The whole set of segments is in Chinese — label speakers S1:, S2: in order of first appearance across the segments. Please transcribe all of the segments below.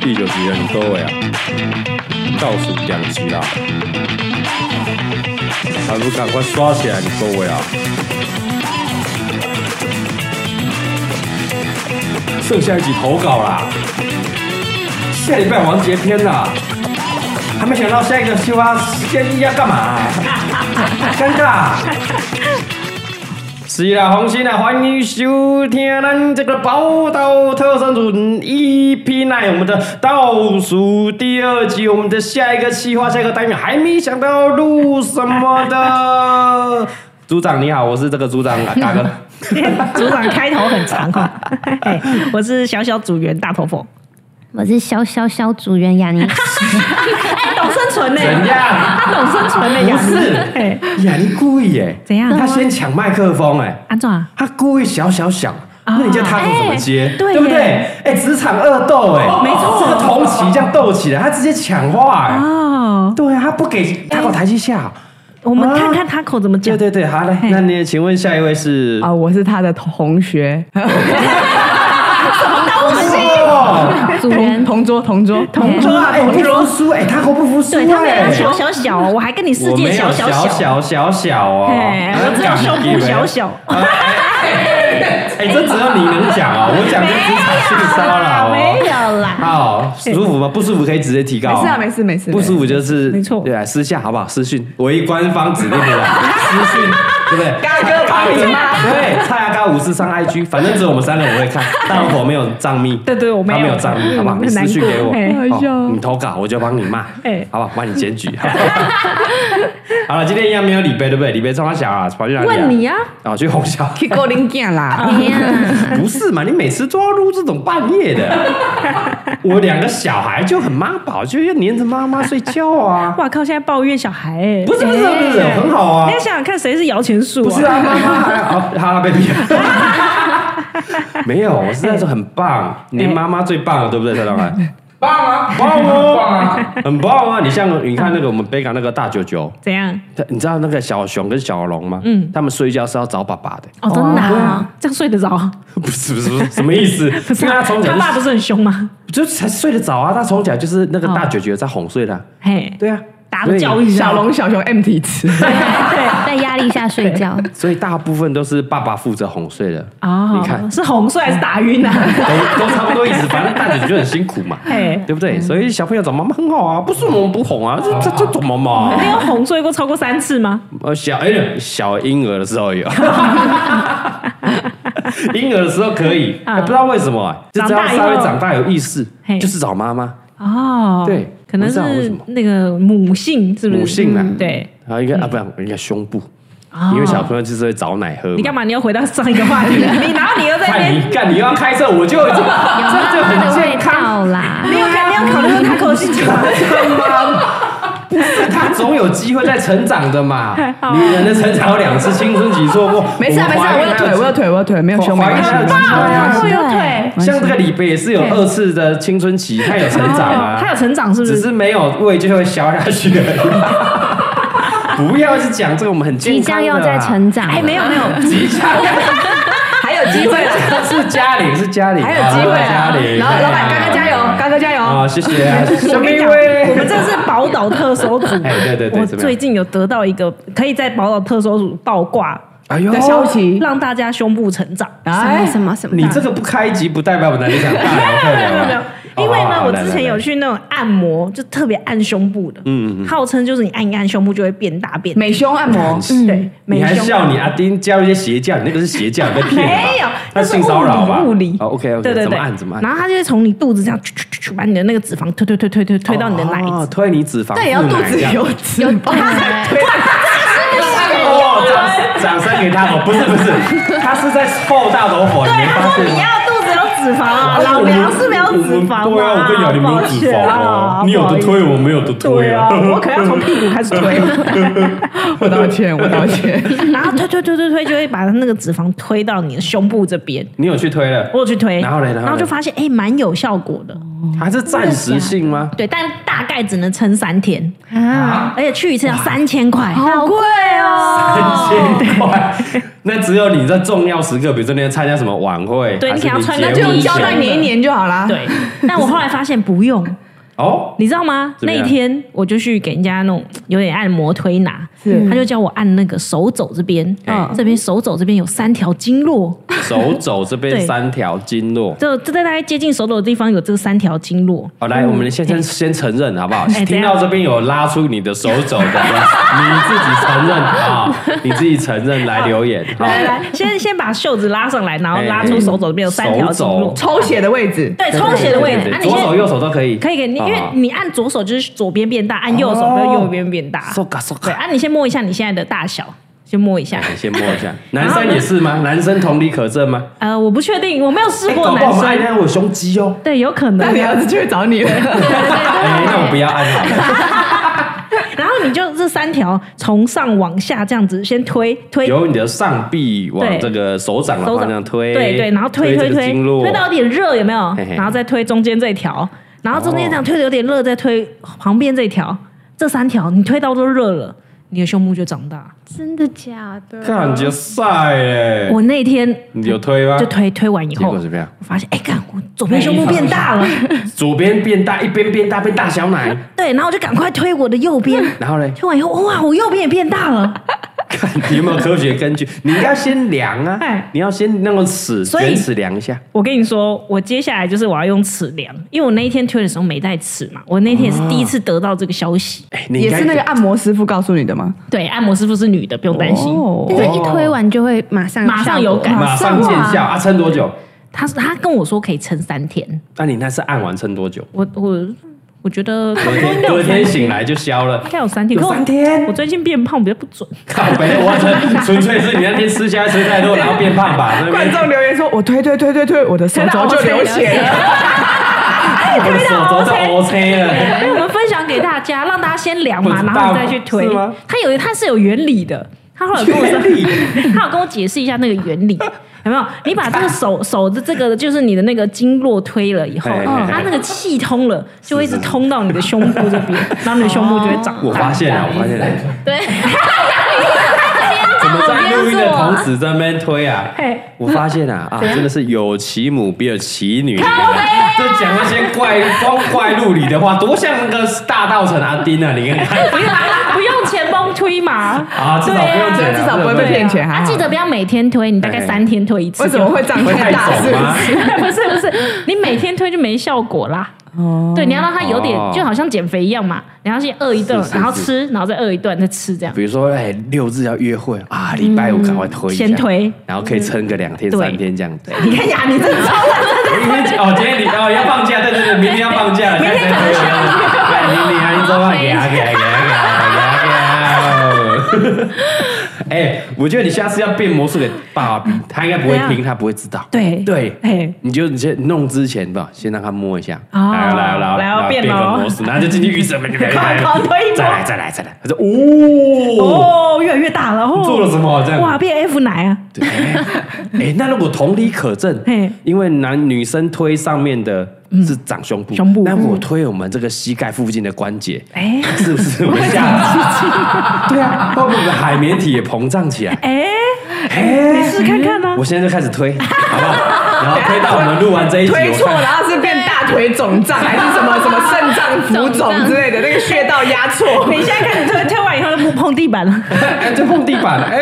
S1: 第九集了，你各位啊，倒数两集啦，还不赶快刷起来，你各位啊！剩下一集投稿啦，下礼拜完结篇啦，还没想到下一个青蛙时间要干嘛？ 尴尬。是啦，红心啦，欢迎收听咱这个宝岛特生组 EP nine 我们的倒数第二集，我们的下一个计划，下一个单元还没想到录什么的。组长你好，我是这个组长啊大哥。
S2: 组长开头很长 哦。嘿我是小小组员大头佛，
S3: 我是小小小组员雅尼，
S2: 哎，懂生存呢
S1: 怎样哎
S2: 他懂生存呢，
S1: 不是
S2: 雅尼嘿
S1: 呀，你故意耶、
S2: 怎样
S1: 他先抢麦克风哎、
S2: 安总啊，
S1: 他故意小小小，那你叫他怎么接？
S2: 对
S1: 不对
S2: 耶？
S1: 啊哎、职场恶斗哎、没错，这个同期这样斗起来，他直接抢话哎、
S2: 哦，
S1: 对啊，他不给他给我台阶下。
S2: 我们看看他口怎么
S1: 对
S2: 讲。
S1: 对对，好嘞。
S2: 嘿
S1: 那你请问下一位是？
S4: 啊，我是他的同学，
S1: 哦，
S3: 组 员
S4: 同桌同桌同
S1: 对啊，哎，我不服输，哎，他可不服输
S2: 对他没有
S1: 哎。
S2: 小小小，哦我还跟你世
S1: 我
S2: 界
S1: 没有
S2: 小
S1: 小
S2: 小，
S1: 小小小哦，
S2: 嘿我只有胸部小小
S1: 啊。哎，哎这只有你能讲哦，我讲就职场性骚扰
S2: 没
S1: 哦。
S2: 有啦，
S1: 好，舒服吗？不舒服可以直接提高哦。
S4: 没事啊没事没事
S1: 不舒服就是
S2: 没错
S1: 对啊，私下好不好？私讯，唯官方指令的 啦，私讯，对不对？
S4: 大哥帮你吗？
S1: 对，蔡阿高五四上 IG，反正只有我们三个人会 看，大老婆没有账密，
S2: 对对我没有
S1: 他没有账密，
S2: 嗯
S1: 好不好？你
S2: 很难
S1: 私讯
S2: 过
S1: 给我
S2: 嘿
S4: 哎，
S1: 哦
S4: 呦
S1: 你投稿我就帮你骂
S2: 哎，
S1: 好不好？帮你 检举。 好了，今天一样没有李贝，对不对？李贝冲他小啊，跑去哪里？
S4: 问你啊，
S1: 哦，去红 小。
S2: 啊
S4: 去过零件啦，
S3: 哎呀，
S1: 不是嘛？你每次都要录这种半夜 的，我两个小孩就很妈宝，就要黏着妈妈睡觉啊。
S2: 哇靠，现在抱怨小孩哎，
S1: 不是不是不是，很好啊
S2: 你要。想想看谁是摇钱树
S1: 不是啊，妈妈还哦，好了，baby。没有，我是在说很棒，你妈妈最棒了，对不对，蔡老板？
S5: 棒啊，
S1: 棒哦，
S5: 棒啊！
S1: 很棒啊！你像你看那个我们北港那个大九九，
S2: 怎样？
S1: 他你知道那个小熊跟小龙吗？嗯，他们睡觉是要找爸爸的，
S2: 哦，真的啊，这样睡得着？
S1: 不是不是不是什么意思？
S2: 不是
S1: 因
S2: 啊
S1: 为他从小
S2: 他爸不是很凶吗？
S1: 就才睡得着啊，他从小就是那个大九九在哄睡的啊，
S2: 嘿，
S1: 对啊，
S2: 打个教育啊
S4: 小龙小熊 M 体 质，
S3: 在压力下睡觉，
S1: 所以，所以大部分都是爸爸负责哄睡的
S2: 哦，
S1: 你看嗯
S2: 是哄睡还是打晕啊？
S1: 都都 差不多意思，反正大姐就很辛苦 嘛，
S2: 哎
S1: 对不对？所以小朋友找妈妈很好啊，不是我们不哄啊，就这就找妈妈
S2: 你
S1: 啊。
S2: 有哄睡过超过三次吗？
S1: 呃，小哎、小婴儿的时候 有，婴儿的时候可以，
S2: 啊
S1: 哎不知道为什么、啊，就只要稍微长大有意识
S2: 嘿，
S1: 就是找妈妈。
S2: 哦，
S1: 对
S2: 可能
S1: 不知道为什
S2: 是
S1: 么
S2: 那个母性，是不是？
S1: 母性啊
S2: 嗯对。
S1: 然后应该、啊，不然应该胸部，
S2: 哦
S1: 因为小朋友就是会找奶喝嘛。
S2: 你干嘛？你又回到上一个 话题，你然后你又在那
S1: 看
S2: 边，
S1: 你干，你又要开车，我就这这
S3: 有妈
S1: 就
S3: 妈
S1: 很
S3: 啊的味
S1: 健康。啊
S3: 道啦。
S2: 你有肯定要考虑到他口气情吗？
S1: 不是，他总有机会在成长的 嘛。女人的成长有两次青春期错过，
S4: 啊没事啊没
S1: 们
S4: 事啊，
S1: 怀
S4: 我
S1: 孕
S4: 有腿
S1: 还
S4: 我有腿我有腿，没有胸没关系
S1: 怀孕还有
S4: 没
S1: 鸡
S4: 关系。
S3: 啊
S2: 我有
S3: 对
S2: 腿，
S1: 像这个李贝也是有二次的青春期，他有成长啊，
S2: 哦他有成长是不
S1: 只
S2: 是？
S1: 是没有胃就会消下去而 已。不要去讲这个，我们很健
S3: 即
S1: 康
S3: 将
S1: 的
S3: 要在
S1: 啦。
S3: 成长，
S2: 哎，没有 没有，
S1: 即将
S4: 还有机会啊，
S1: 是嘉玲，是嘉玲，
S4: 还有机会
S1: 嘉
S4: 啊！
S1: 玲。
S4: 然后老板嘎哥加油，嘎哥加油！
S1: 啊，谢谢啊，
S2: 我
S1: 小
S2: 跟
S1: 妹
S2: 你讲，我们
S1: 妹。
S2: 这是宝岛特搜组。
S1: 哎对对对
S2: 我
S1: 怎么样
S2: 最近有得到一个可以在宝岛特搜组倒挂，
S1: 哎呦
S4: 的消息，
S2: 让大家胸部成长。
S4: 哎，
S3: 什么什么
S1: 你这个不开集不代表我们理想大聊 特
S2: 没有没有没
S1: 聊
S2: 有
S1: 啊。，
S2: 因为呢，
S1: 哦
S2: 我之前有，去那种按摩，就特别按胸部的，嗯，号称就是你按一按胸部就会变大变大，
S4: 美胸按摩，
S2: 对，
S1: 嗯来来来你
S2: 美
S1: 还
S2: 胸
S1: 笑你阿丁加入一些邪教，你那个是邪教，你在骗吧
S2: 没有
S1: 那
S2: 那是
S1: 性骚扰吧？
S2: 物理物理
S1: 哦，OK OK，
S2: 对对
S1: 怎
S2: 对
S1: 么，按怎么按？
S2: 然后它就会从你肚子这样，咻咻咻咻把你的那个脂肪推推推推推推到你的奶
S1: 哦
S2: 子，啊
S1: 推你脂肪，
S4: 但也要
S1: 腹
S4: 肚
S1: 奶
S4: 子
S1: 这样
S4: 有脂
S1: 哎
S4: 肪，
S1: 哦，掌掌声给他！哦，不是不是，他是在臭大头佛，你没
S2: 他
S1: 发
S2: 说
S1: 现
S2: 你
S1: 吗？
S2: 要肚子有脂肪啊，
S1: 哎
S2: 老娘是没有
S1: 我们
S2: 脂肪
S1: 对啊，我跟
S2: 啊，
S1: 雅玲没有
S2: 抱
S1: 脂
S2: 歉
S1: 肪
S2: 啊
S1: 哦，，你有
S2: 不好
S1: 的
S2: 意思
S1: 推，我没有的推
S2: 对啊，我可能要从屁股开始 推。
S4: 我道歉，我道歉。
S2: 然后推推推推推，就会把那个脂肪推到你的胸部这边。
S1: 你有去推了
S2: 我？有去推，
S1: 然后嘞然后嘞
S2: 然后就发现哎，蛮、有效果的，
S1: 还是暂时性吗？
S2: 对，但大概只能撑三天，
S3: 啊，
S2: 而且去一次要三千块，
S3: 好贵哦，
S1: 千块，那只有你在重要时刻，比如说你要参加什么晚会，
S2: 对
S1: 还是
S2: 你可能要穿
S1: 结
S2: 那
S4: 那
S1: 婚前
S4: 就交代你一年就好啦。
S2: 对，但我后来发现不用，
S1: 哦，
S2: 你知道吗？
S1: 怎
S2: 那
S1: 么
S2: 一
S1: 样
S2: 天我就去给人家那种有点按摩推拿，
S4: 是
S2: 他就叫我按那个手肘这边，
S1: 嗯
S2: 这边手肘这边有三条经络，
S1: 手肘这边
S2: 对
S1: 三条经络。
S2: 这这在大概接近手肘的地方有这三条经络。
S1: 好，来，我们先先先承认好不好？
S2: 哎
S1: 听
S2: 怎样
S1: 到这边有拉出你的手肘的，你自己承认啊，你自己承认来留言啊。
S2: 来来，先先把袖子拉上来，然后
S1: 哎
S2: 拉出手肘这边有三条经
S1: 手
S2: 络
S1: 肘，
S4: 抽血的位置，
S2: 对，充血的位置。
S1: 对
S2: 啊，你
S1: 左手
S2: 先
S1: 右手啊都可以，
S2: 可以给你，因为
S1: 好好
S2: 你按左手就是左边变大，按右手
S1: 哦
S2: 就右边变大。
S1: So ga, so ga
S2: 对啊，你先摸一下你现在的大小，先摸一下。
S1: 你哎先摸一下，男生也是吗？男生同理可证吗？
S2: 呃，我不确定，我没有试
S1: 哎
S2: 过
S1: 搞不好
S2: 男
S1: 我们爱
S2: 生。
S1: 人家有胸肌哦。
S2: 对，有可
S4: 那
S2: 能
S4: 你。儿子就会找你了。
S1: 哎，那我不要按好了。
S2: 然后你就这三条从上往下这样子先推推
S1: 由你的上臂往
S2: 对
S1: 这个手掌的
S2: 手
S1: 方
S2: 掌
S1: 向推，
S2: 对对，然后推
S1: 推
S2: 推
S1: 这个
S2: 推，
S1: 经络，
S2: 推到有点热有没有
S1: 嘿嘿？
S2: 然后再推中间这一条，然后中间这样
S1: 哦
S2: 推的有点热，再推旁边这一条，这三条你推到都热了，你的胸部就长大。
S3: 真的假的？
S1: 感觉晒嘞。
S2: 我那天
S1: 你有推吗
S2: 就？推推完以
S1: 哎结
S2: 后，
S1: 果怎么样？
S2: 我发现哎，看我左边胸部变大 了，
S1: 左边变大，一边变大，变大小奶。
S2: 对，然后我就赶快推我的右边，
S1: 然后嘞，
S2: 推完以后哇，我右边也变大了，
S1: 看你有没有科学根据？你应该先量啊
S2: 哎，
S1: 你要先那个尺
S2: 所以
S1: 卷尺量一下。
S2: 我跟你说，我接下来就是我要用尺量，因为我那一天推的时候没带尺嘛，我那天也是第一
S1: 啊
S2: 次得到这个消息。
S1: 哎，你应
S4: 也
S1: 该
S4: 是那个按摩师傅告诉你的吗？
S2: 对，按摩师傅是女的，不用担心。
S4: 哦
S3: 但是一推完就会马上
S2: 马上有感
S1: 马上见效啊，撑多久？
S2: 她她跟我说可以撑三天，
S1: 那你那是按完撑多 久？
S2: 我我我觉得
S1: 隔天隔天醒来就消了
S2: 应。该有三天，
S1: 有
S2: 可我
S1: 三天
S2: 我最近变胖比较不 准，
S1: 靠北，我纯纯粹是你那天吃虾吃太多，然后变胖吧？对不
S4: 观
S1: 对？
S4: 众留言说：“我推推推推推，我的手肘就流 血了。
S2: 啊
S1: 我的手肘都 OK 了。
S2: 所以我们分享给大家，让大家先量
S1: 不
S2: 嘛，
S1: 知道
S2: 然后你再去推
S1: 是吗。
S2: 它有它是有原理的，他 后来跟我说，他有跟我解释一下那个原理。有没有？你把这 个手手的这个，就是你的那个经络推了以后，
S1: 嘿嘿嘿
S2: 它那个气通了，就会一直通到你的胸部这边，然后你的胸部就会长
S1: 我
S2: 大
S1: 发。现了，我发现了，
S3: 对，
S1: 怎么在录音的同时在那边推啊
S2: 嘿？
S1: 我发现啊啊，真的是有其母必有其女。啊
S4: 啊
S1: 这讲那些怪光怪陆离的话，多像那个大道城阿丁啊！你看，
S2: 不用 不用钱帮推嘛，
S1: 啊，至
S2: 对
S1: 少不
S2: 啊
S1: 用
S4: 对
S1: 剪
S4: 啊
S1: 了，
S4: 至少不会被骗钱还
S2: 啊，
S4: 好
S2: 记得不要每天推，你大概
S1: 哎
S2: 三天推一”次。
S4: 为什么会？胀
S1: 会
S4: 太
S1: 太
S4: 大？
S1: 肿
S4: 是
S1: 吗
S4: 不？是？
S2: 不是不是，你每天推就没效果啦。
S4: 哦，
S2: 对，你要让它有点
S1: 哦，
S2: 就好像减肥一样嘛，你要先饿一顿
S1: 是，是
S2: 然后
S1: 是
S2: 吃，然后再饿一顿，再吃这样。
S1: 比如说，哎，六日要约会啊，礼拜五赶快推一下
S2: 先推，
S1: 然后可以撑个两天
S2: 对
S1: 三天这样子。
S2: 你看呀，你这
S1: 明天哦，今天你哦要放假，对对对，明天要放假了，明天可能需要你你还做饭给啊给啊给啊给啊给啊！哎，我觉得你下次要变魔术给爸爸比，他应该不会听，他不会知道。
S2: 对
S1: 对，
S2: 哎，
S1: 你就你先弄之前吧，先让他摸一下，
S2: 哦
S1: 来哦来哦来哦
S2: 来
S1: 然
S2: 哦
S1: 后
S2: 变
S1: 变个
S2: 哦
S1: 魔术，然后就进去浴 室，
S2: 靠推一波
S1: 再来再来再来，他说哦，
S2: 哦，越来越大了，哦
S1: 做了什么这样？
S2: 哇，变 F 奶 啊！
S1: 对，哎、哎那如果同理可证
S2: 嘿，嗯
S1: 因为男女生推上面的是长胸部，
S2: 胸部嗯
S1: 那我推我们这个膝盖附近的关节，
S2: 哎
S1: 是不是我们 下？对啊，会不会我们的海绵体也膨胀起来？
S2: 哎，
S1: 哎、
S2: 试看看呢
S1: 我。现在就开始推，好不好？然后推到我们录完这一集，
S4: 推
S1: 我
S4: 错，
S1: 看
S4: 然后是变大腿肿胀，还是什么什么肾脏浮肿之类的，那个穴道压 错。
S2: 你现在开始推，推完以后就不碰地 板了。
S1: 哎，就碰地板了，哎、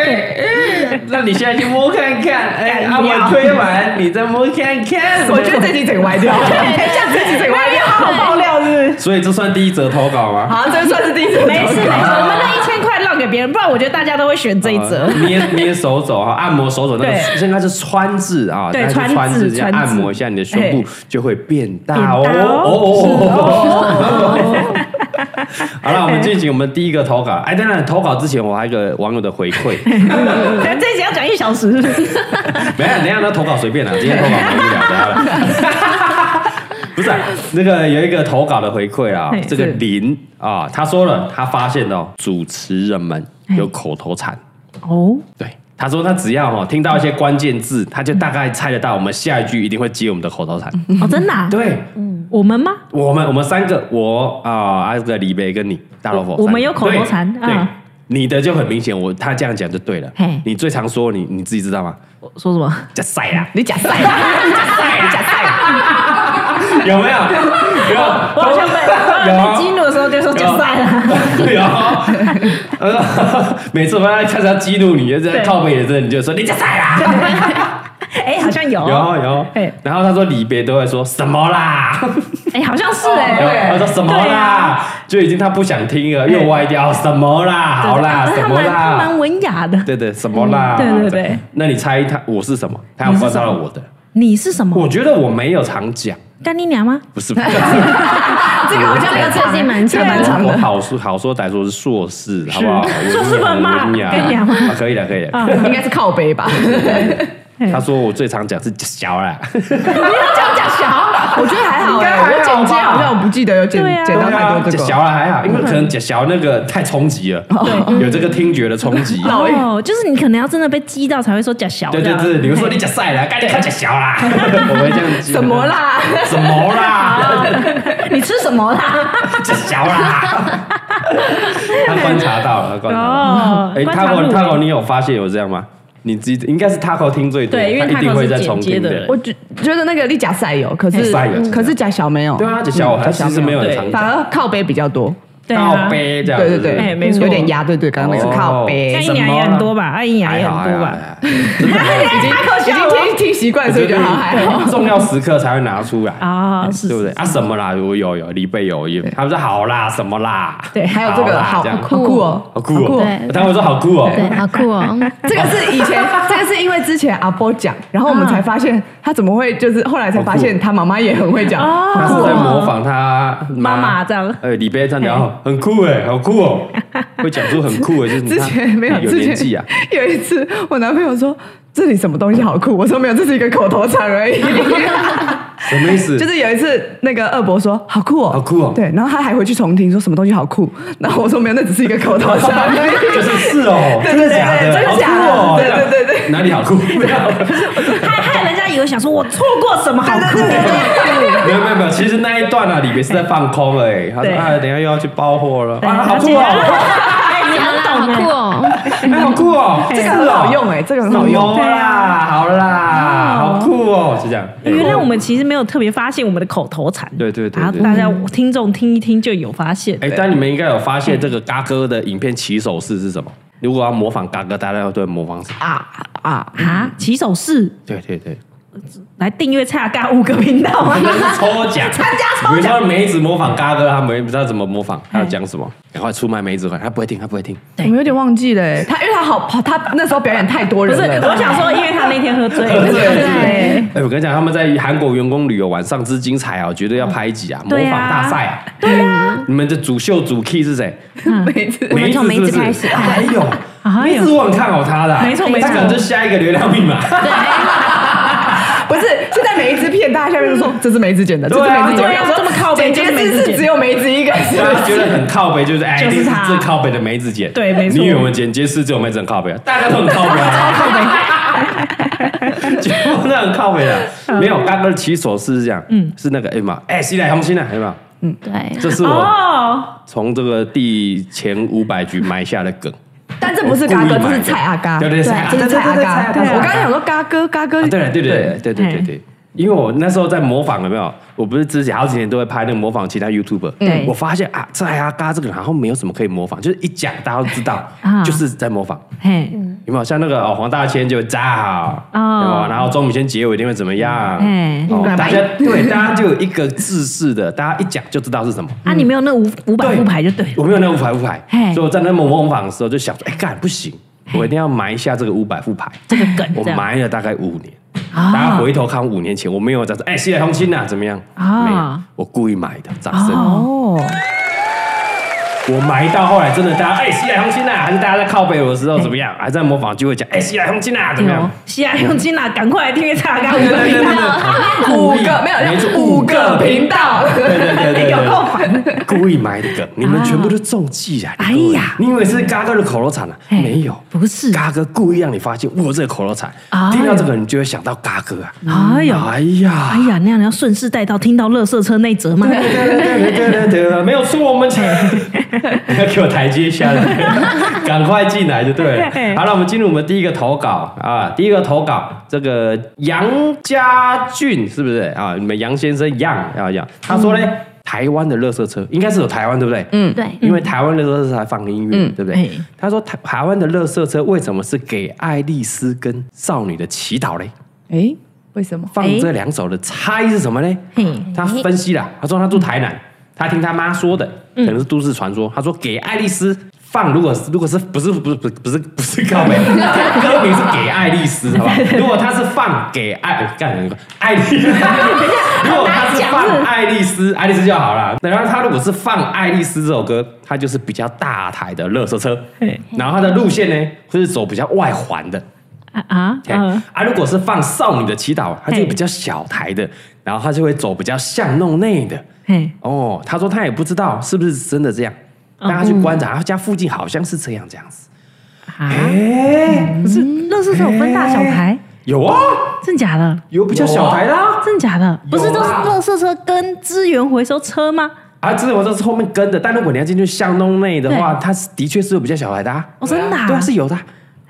S1: 哎，那你现在去摸看看，哎、阿文推完，你再摸看看，
S4: 我觉得这集整个歪掉，下次这集整个歪掉，好爆料是不是？
S1: 所以这算第一则投稿吗？
S4: 好，这算是第一次。
S2: 没事没事，我们那一千块让给别人，不然我觉得大家都会选这一
S1: 哦
S2: 折。
S1: 捏捏手肘哈，按摩手肘那个
S2: 对
S1: 现在是川字啊，
S2: 对
S1: 但是川
S2: 川字
S1: 这样
S2: 川字
S1: 按摩一下你的胸部
S2: 哎
S1: 就会变大哦
S2: 变大哦
S1: 哦哦。好了，我们进行我们第一个投稿。哎，当然投稿之前我还有一个网友的回馈，
S4: 啊
S2: 咱这一集要讲一小时，
S1: 没有，等一下那投稿随便啦，今天投稿很无聊，等一下啦 不是、啊，那个有一个投稿的回馈啊
S2: 嘿，
S1: 这个
S2: 是
S1: 林啊，他说了，他发现哦，主持人们有口头禅。
S2: 哦，
S1: 对，他说他只要哦听到一些关键字，他就大概猜得到我们下一句一定会接我们的口头禅。
S2: 哦，真的啊？
S1: 对
S2: 我们吗？
S1: 我们，我们三个，我啊，还有个李贝跟你大老虎，
S2: 我我们
S1: 三个
S2: 有口头禅
S1: 对对
S2: 嗯
S1: 你的就很明显，我他这样讲就对了
S2: 嘿。
S1: 你最常说你你自己知道吗？
S2: 我说什么？
S1: 叫晒 啦，
S4: 你假赛，你假赛，你假 赛，
S1: 有没有？有，
S2: 我好像被
S1: 有
S2: 我
S1: 啊
S2: 被激怒的时候就说就算了，
S1: 有。啊呃，每次我要恰恰激怒你，就是在
S2: 对
S1: 靠背的时候，你就说你叫晒啦。
S2: 哎，好像有，
S1: 有啊有
S2: 哎，
S1: 然后他说离别都会说什么啦？
S2: 哎，好像是哎，
S1: 他说什么
S2: 对
S1: 啦
S2: 啊？
S1: 就已经他不想听了，又歪掉什么啦？好啦，
S2: 对啊
S1: 什
S2: 他
S1: 么
S2: 蛮他
S1: 啦？
S2: 蛮文雅的。
S1: 对对，什么啦？
S2: 嗯对对对。
S1: 那你猜他我是什么？他有
S2: 你是
S1: 观察
S2: 什
S1: 到
S2: 么
S1: 我的。
S2: 你是什么？
S1: 我觉得我没有常讲，
S2: 干你娘吗？
S1: 不 是，不 是
S4: 这个好像
S3: 这个最近蛮
S4: 这个
S2: 啊
S3: 长的
S4: 蛮长
S1: 我哦
S4: 的。
S1: 好说好说歹说是硕士，好不 好？
S2: 硕士
S1: 文
S2: 文嘛
S1: 文雅
S2: 可以聊吗
S1: 啊可以的，可以的。
S4: 应该是靠背吧？
S2: 嗯
S1: 他说我最常讲是小啦，
S4: 这样讲小，我觉得还好
S1: 应该
S4: 哎、
S1: 还好吧
S4: 我剪接好像我不记得有剪
S2: 对啊
S4: 剪到太多
S1: 讲
S4: 这个。
S1: 小啦还好，因为可能讲小那个太冲击了，有这个听觉的冲击。
S4: 老鹰
S2: 哦，就是你可能要真的被激到才会说假小的。
S1: 对对对，你会说你讲晒啦，赶紧看讲小啦，我会这样记
S4: 什么？啦？
S1: 什么啦？
S2: 哦你吃什么啦？
S1: 讲小啦。他观察到了，他观察到了。
S2: 哦
S1: 哎
S2: 观察
S1: ，Taco
S2: 入
S1: Taco，
S2: 微
S1: 你有发现有这样吗？你自己应该是 Taco 听最多，
S2: 对因为
S1: 他一定
S2: Taco
S1: 会
S2: 是
S1: 在
S2: 剪
S1: 重
S2: 接
S1: 听
S2: 的
S1: 的
S2: 人。
S4: 我觉觉得那个立假赛有，可是
S1: 赛有
S4: 嗯可是假小没有。嗯
S1: 对啊，就小我还其实没有很常
S2: 对
S4: 反
S1: 讲
S4: 而靠背比较多。
S2: 对
S1: 倒
S2: 啊，
S1: 杯这样，
S4: 对对
S1: 是不是
S4: 对，
S2: 哎没错
S4: 有点压，对对，刚刚
S1: 哦
S4: 那个是靠背。
S2: 那
S1: 哎
S2: 一娘也很多吧，阿姨娘也很多吧。
S1: 吧？真的
S4: 已经已经听听习惯，所以觉得好像还好。
S1: 重要时刻才会拿出来，
S2: 啊，是
S1: 对不对？？啊，什么啦？我有有李贝有，也他们说好啦，什么啦？
S2: 对
S4: 还有这
S1: 好
S4: 个
S1: 啦
S4: 好
S1: 哎这样
S4: 好酷哦，
S1: 好酷
S4: 好
S1: 哦！
S3: 对
S1: 他们说好酷哦，
S3: 对，好酷哦！
S4: 这个是以 前，这个是因为之前阿波讲，然后我们才发现他怎么会，就是后来才发现他妈妈也很会讲，
S2: 哦
S1: 他是在模仿他
S2: 妈妈这样
S1: 呃，李贝这样讲哦，很酷哎，好酷哦，会讲出很酷哎，就是你
S4: 之
S1: 看
S4: 前没有，
S1: 有
S4: 之
S1: 年
S4: 前
S1: 纪啊，
S4: 有一次，我男朋友说这里什么东西好酷，我说没有，这是一个口头禅 而已。
S1: 什么意思？
S4: 就是有一次，那个二伯说好酷哦，
S1: 好酷哦
S4: 对，然后他还回去重听说什么东西好酷，然后我说没有，那只是一个口头禅而已。
S1: 就是是哦，
S4: 对
S1: 真的
S4: 对对
S1: 假的？
S4: 对真的
S1: 好
S4: 假的
S1: 酷哦
S4: 对对对对
S1: 哪里好酷？没有
S2: 害害人家以为想说我错过什么好酷的，
S1: 没有没有没有，其实那一段啊，里面是在放空而已。他说
S2: 对
S1: 哎，等一下又要去包货了，
S2: 对
S1: 啊，好酷哦，
S2: 哎，你很
S3: 好
S2: 懂
S3: 酷
S2: 哎。
S3: 哦！
S1: 哎好酷哦，
S4: 这个很好用 哎、这个很好用。
S1: 好啦，好啦，好酷哦，是这样。
S2: 哎原来我们其实没有特别发现我们的口头禅，
S1: 对对对
S2: 然后
S1: 对
S2: 大家听众听一听就有发现。
S1: 哎，但你们应该有发现这个嘎哥的影片起手式是什么？如果要模仿嘎哥，大家都会模仿什么？
S4: 啊啊！
S1: 嗯
S2: 啊，起手式
S1: 对对对，
S2: 来订阅蔡阿嘎五个频道 啊！
S1: 这是抽奖，参
S2: 加抽
S1: 比如
S2: 奖
S1: 说梅子模仿嘎哥，他们不知道怎么模仿，他要讲什么，赶快出卖梅子回来，他不会听，他不会听。
S4: 我们有点忘记了、欸，他因为他好怕，他那时候表演太多
S2: 不
S4: 人
S2: 是，
S4: 了。
S1: 啊
S2: 我想说，因为他那天喝醉
S1: 喝醉了
S2: 对
S1: 哎，我跟你讲，他们在韩国员工旅游晚上之精彩啊，绝对要拍一集啊，模
S2: 对啊
S1: 仿大赛啊。对啊，你们的主秀主 key 是谁？
S4: 每次
S1: 梅子
S3: 从梅
S1: 是不
S3: 子
S1: 是
S3: 开始
S1: 哎呦，
S2: 哎呦
S1: 梅子我很看好他的啊，
S2: 没错没错
S1: 他可能就下一个流量密 码。
S4: 不是是在每一支片，大家下面都说这是梅子剪的，这
S1: 对
S4: 是梅
S1: 啊
S4: 子剪的。
S2: 对啊
S4: 我想说
S2: 这么靠北
S4: 剪
S2: 就是梅
S4: 接
S2: 子
S4: 是
S2: 剪
S4: 只有梅子一个，是
S1: 大
S4: 不
S1: 家
S4: 是
S1: 觉得很靠北，就是哎，
S2: 就是
S1: 一定
S2: 他
S1: 最靠北的梅子姐。
S2: 对没错
S1: 你以为我们剪接是只有梅子很靠北啊？大家都很靠北啊。 就那很靠北
S2: 嗯
S1: 的，没有刚刚的起手式是这样，嗯，是那个哎嘛，哎，西来红心来，哎嘛，
S3: 对，
S1: 这是我
S2: 哦，
S1: 从这个第前五百局埋下的梗。
S4: 但这不是嘎
S1: 我
S4: 哥，
S1: 故意
S4: 这
S1: 买
S4: 是
S1: 的
S4: 蔡阿嘎，啊
S1: 对对啊对蔡阿
S4: 这是蔡阿
S1: 对
S4: 嘎。
S1: 对对对蔡阿嘎
S4: 我刚刚想说嘎哥，嘎哥嗯
S1: 啊，对了，对对对对对对对，因为我那时候在模仿，有没有？我不是之前好几年都会拍那个模仿其他 YouTuber，
S2: 对
S1: 我发现啊，在阿嘎这个人好像没有什么可以模仿，就是一讲大家都知道
S2: 啊，
S1: 就是在模仿。
S2: 嘿，
S1: 有没有像那个哦，黄大千就扎好，有
S2: 哦
S1: 没有然后钟明轩结尾一定会怎么样？
S2: 哎
S1: 哦
S4: 明白
S1: 大家对大家就有一个制式的，大家一讲就知道是什么。
S2: 啊，你没有那五五
S1: 嗯
S2: 百
S1: 对
S2: 副牌就对了。
S1: 我没有那五百副牌，
S2: 嘿
S1: 所以我在那模模仿的时候就想说，哎，干不行，我一定要埋下这个五百副牌。
S2: 这个梗
S1: 我
S2: 这样
S1: 埋了大概五年，
S2: 啊
S1: 大家回头看五年前，我没有在说，哎，西来红心呐，怎么样？
S2: 啊
S1: 没有，我故意埋的，掌声。
S4: 哦，
S1: 我埋到后来真的，大家哎，西来红心呐，还是大家在靠背我的时候怎么样？还在模仿就会讲，哎，西来红心呐，怎么样
S2: 有？西安用金娜，赶快来订阅蔡阿嘎五个
S1: 对
S2: 频
S1: 对
S2: 道。
S1: 对，
S4: 五个没有
S1: 没错，
S4: 五个频道，
S1: 对对对对，
S2: 有够烦。
S1: 故意埋的梗，你们全部都中计啊！
S2: 哎呀
S1: 你以为是嘎哥的口头禅啊？
S2: 嘿
S1: 没有，
S2: 不是
S1: 嘎哥故意让你发现我有这个口头禅
S2: 哎，
S1: 听到这个你就会想到嘎哥啊！
S2: 哎呦，
S1: 哎呀，
S2: 哎呀，那 样你要顺势带到听到垃圾车那一折吗？
S1: 对对对对对对，没有错，我们前要给我台阶下来，赶快进来就对了。
S2: 对
S1: 好了，我们进入我们第一个投稿啊，第一个投稿这个杨家俊是不是啊？你们杨先生杨啊杨，他说呢，台湾的垃圾车应该是有台湾对不对？
S4: 嗯
S3: 对，
S1: 因为台湾的垃圾车还放音乐，
S4: 嗯
S1: 对不
S4: 哎
S1: 对？他说台台湾的垃圾车为什么是给爱丽丝跟少女的祈祷嘞？
S4: 哎，为什么？
S1: 放这两首的差异是什么呢？
S2: 嘿，
S3: 嗯
S1: 他分析了，他说他住台南，他听他妈说的，可能是都市传说。他说给爱丽丝放，如果是如果是不是不是不是不是不是告白，他歌名是给爱丽丝，好吧？如果他是放给爱 干什么爱丽丝，如果他是放爱丽丝，爱丽丝就好了。然后他如果是放爱丽丝这首歌，他就是比较大台的乐色车，然后他的路线呢，会是走比较外环的。
S2: 啊啊，
S1: 嘿
S2: 嗯
S1: 啊，如果是放少女的祈祷，它就
S2: 嘿
S1: 比较小台的，然后它就会走比较巷弄内的。
S2: 嘿，
S1: 哦，他说他也不知道是不是真的这样，大家去观察，他啊家附近好像是这样这样子。
S2: 啊，
S1: 哎，
S2: 不是，乐色嗯车有分大小台，
S1: 有啊，
S2: 真假的？
S1: 有比较小台的啊，
S2: 真假的？不是
S1: 有
S2: 都是
S1: 啊
S2: 乐色车跟资源回收车吗？
S1: 啊，这我这是后面跟的，但如果你要进去巷弄内的话，
S2: 对
S1: 它是的确是有比较小台的啊。
S2: 哦，真的啊？
S1: 对啊，是有的啊。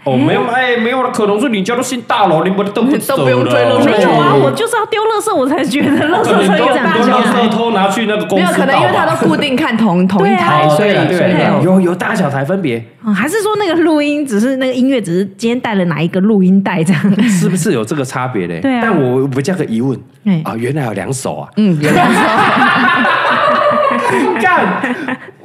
S1: 哦，没有，哎，没有了，可能是你家都新大楼，你们都不哎
S4: 都不
S1: 走
S4: 用
S1: 了
S4: 追了
S2: 没有啊，
S1: 对
S2: 我就是要丢乐色，我才觉 得乐色车
S1: 很多
S2: 有大
S1: 很
S2: 小啊
S1: 多垃
S2: 台
S1: 圾。偷拿去那个公
S4: 没
S1: 司
S4: 有，可能因为
S1: 倒吧
S4: 他都固定看同同一台，
S1: 哦，
S4: 所以
S1: 对了对
S4: 所以
S1: 了对了
S4: 没有
S1: 有有大小台分 别，
S2: 嗯还是说那个录音只是那个音乐，只是今天带了哪一个录音带这样？
S1: 是不是有这个差别嘞？
S2: 对啊
S1: 但我比较个疑问
S2: 哎，
S1: 啊，原来有两首啊，
S4: 嗯，有两首，
S1: 干，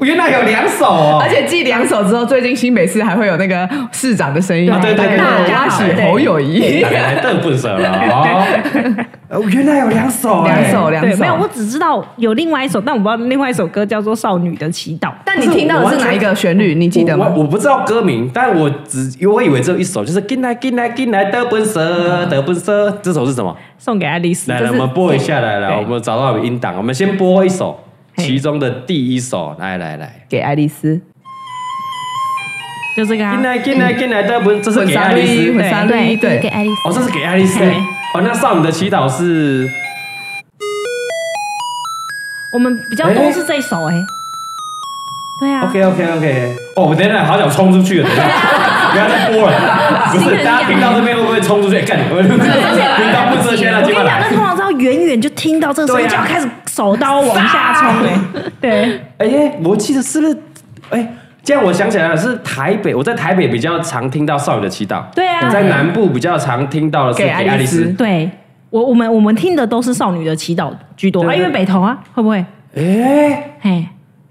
S1: 原来有两首哦
S4: 而且继两首之后，最近新北市还会有那个市长的声音，
S1: 啊对对对
S4: 大
S1: 对
S4: 家喜
S1: 对
S4: 侯友谊
S1: 大，概瞪不舍了 哦。呃原来有两首哎，
S4: 两首两
S2: 对，
S4: 首，
S2: 没有，我只知道有另外一首，但我不知道另外一首歌叫做《少女的祈祷》。
S4: 但你听到的是哪一个旋律？你记得吗
S1: 我？我我不知道歌名，但我只我以为只有一首，就是进来进来进来的本色的本色，这首是什么？
S2: 送给爱丽丝，
S1: 来
S2: 就
S1: 来，
S2: 是
S1: 我们播一下，来来，
S2: 对
S1: 我们找到我们音档，我们先播一首
S2: 嘿
S1: 其中的第一首，来来来。
S4: 给爱丽丝，
S2: 就这个啊
S1: 进。来进来进来的本，这是给爱丽丝
S4: 混沙
S3: 对，
S4: 绿，
S3: 给
S4: 对，
S3: 爱丽
S1: 哦，
S3: 丝，
S1: 这是给爱丽丝的
S2: 嘿。
S1: 哦，那少女的祈祷是
S2: 我们比较多是这一首哎、对啊
S1: OK OK OK。哦，我等一下好想冲出去了，等一下不要再播了。不
S2: 心
S1: 是，
S2: 很
S1: 大家听
S2: 痒
S1: 到这边会不会冲出去？哎干，我
S2: 哎
S1: 听到不知先了，
S2: 我
S1: 今晚
S2: 跟你讲，
S1: 来
S2: 那。通常是要远远就听到这个声音，
S1: 对
S2: 就
S1: 啊
S2: 要开始手刀往下冲哎、 对，
S1: 哎，我记得是不是？哎。这样我想起来了，是台北，我在台北比较常听到少女的祈祷。
S2: 对啊
S1: 我在南部比较常听到的是
S4: 给
S1: 给
S4: 爱丽
S1: 爱丽丝
S4: 丝。
S2: 对我我们我们听的都是少女的祈祷居多
S1: 对
S2: 啊，因为北投啊，会不会？
S1: 哎
S2: 嘿，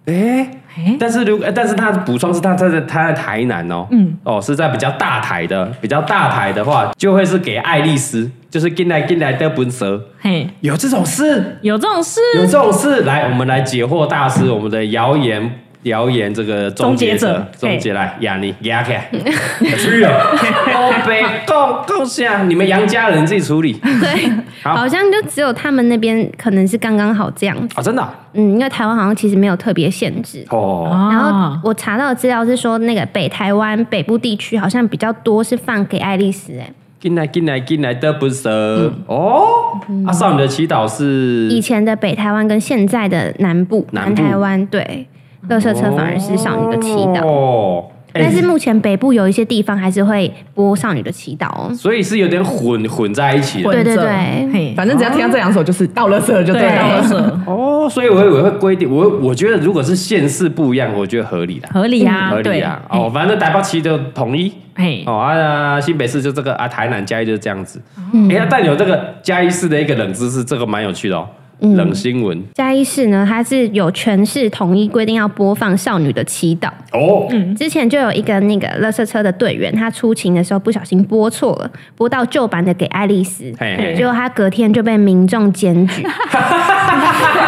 S1: 哎，
S2: 哎，
S1: 但是如呃但是他的补充是他在他在台南哦，
S2: 嗯
S1: 哦是在比较大台的，比较大台的话就会是给爱丽丝，就是进来进来的本蛇，
S2: 嘿，
S1: 有这种事，
S2: 有这种事？
S1: 有这种事，来我们来解惑大师，我们的谣言谣言这个终结者
S2: 终结者
S1: 终结来亚尼亚克， 去了，欧北共共下，你们杨家人自己处理
S3: 对，
S1: 好
S3: 好像就只有他们那边可能是刚刚好这样子，
S1: 哦，真的啊
S3: 嗯，因为台湾好像其实没有特别限制。
S1: 哦，
S3: 然
S4: 啊
S3: 后我查到的资料是说，那个北台湾北部地区好像比较多是放给爱丽丝，哎，
S1: 进来进来进来的本蛇哦，阿少女的祈祷是
S3: 以前的北台湾跟现在的南部
S1: 南
S3: 南
S1: 部
S3: 台湾，对，垃圾车反而是少女的祈祷。
S1: 哦，哎
S3: 但是目前北部有一些地方还是会播少女的祈祷哦。
S1: 所以是有点混混在一起的
S4: 混
S3: 对对
S4: 着
S3: 对
S2: 嘿，
S4: 反正只要听到这两首，就是到了色就对
S2: 对，到了
S4: 了。
S2: 社
S1: 哦，所以我以为会规定，我我觉得如果是县市不一样，我觉得合理啦，
S2: 合理啊，
S1: 合理
S2: 对
S1: 啊，哦，，反正台北市就统一。
S2: 嘿，
S1: 哦啊，新北市就这个啊，台南嘉义就是这样子。
S3: 嗯
S1: 哎呀，但有这个嘉义市的一个冷知识，这个蛮有趣的哦，
S3: 嗯
S1: 冷新闻
S3: 嘉义市呢，它是有全市统一规定要播放少女的祈祷。
S1: 哦。
S4: 嗯
S3: 之前就有一个那个垃圾车的队员，他出勤的时候不小心播错了，播到旧版的给爱丽丝，
S1: 嘿嘿
S3: 结果他隔天就被民众 检举。
S2: 可怜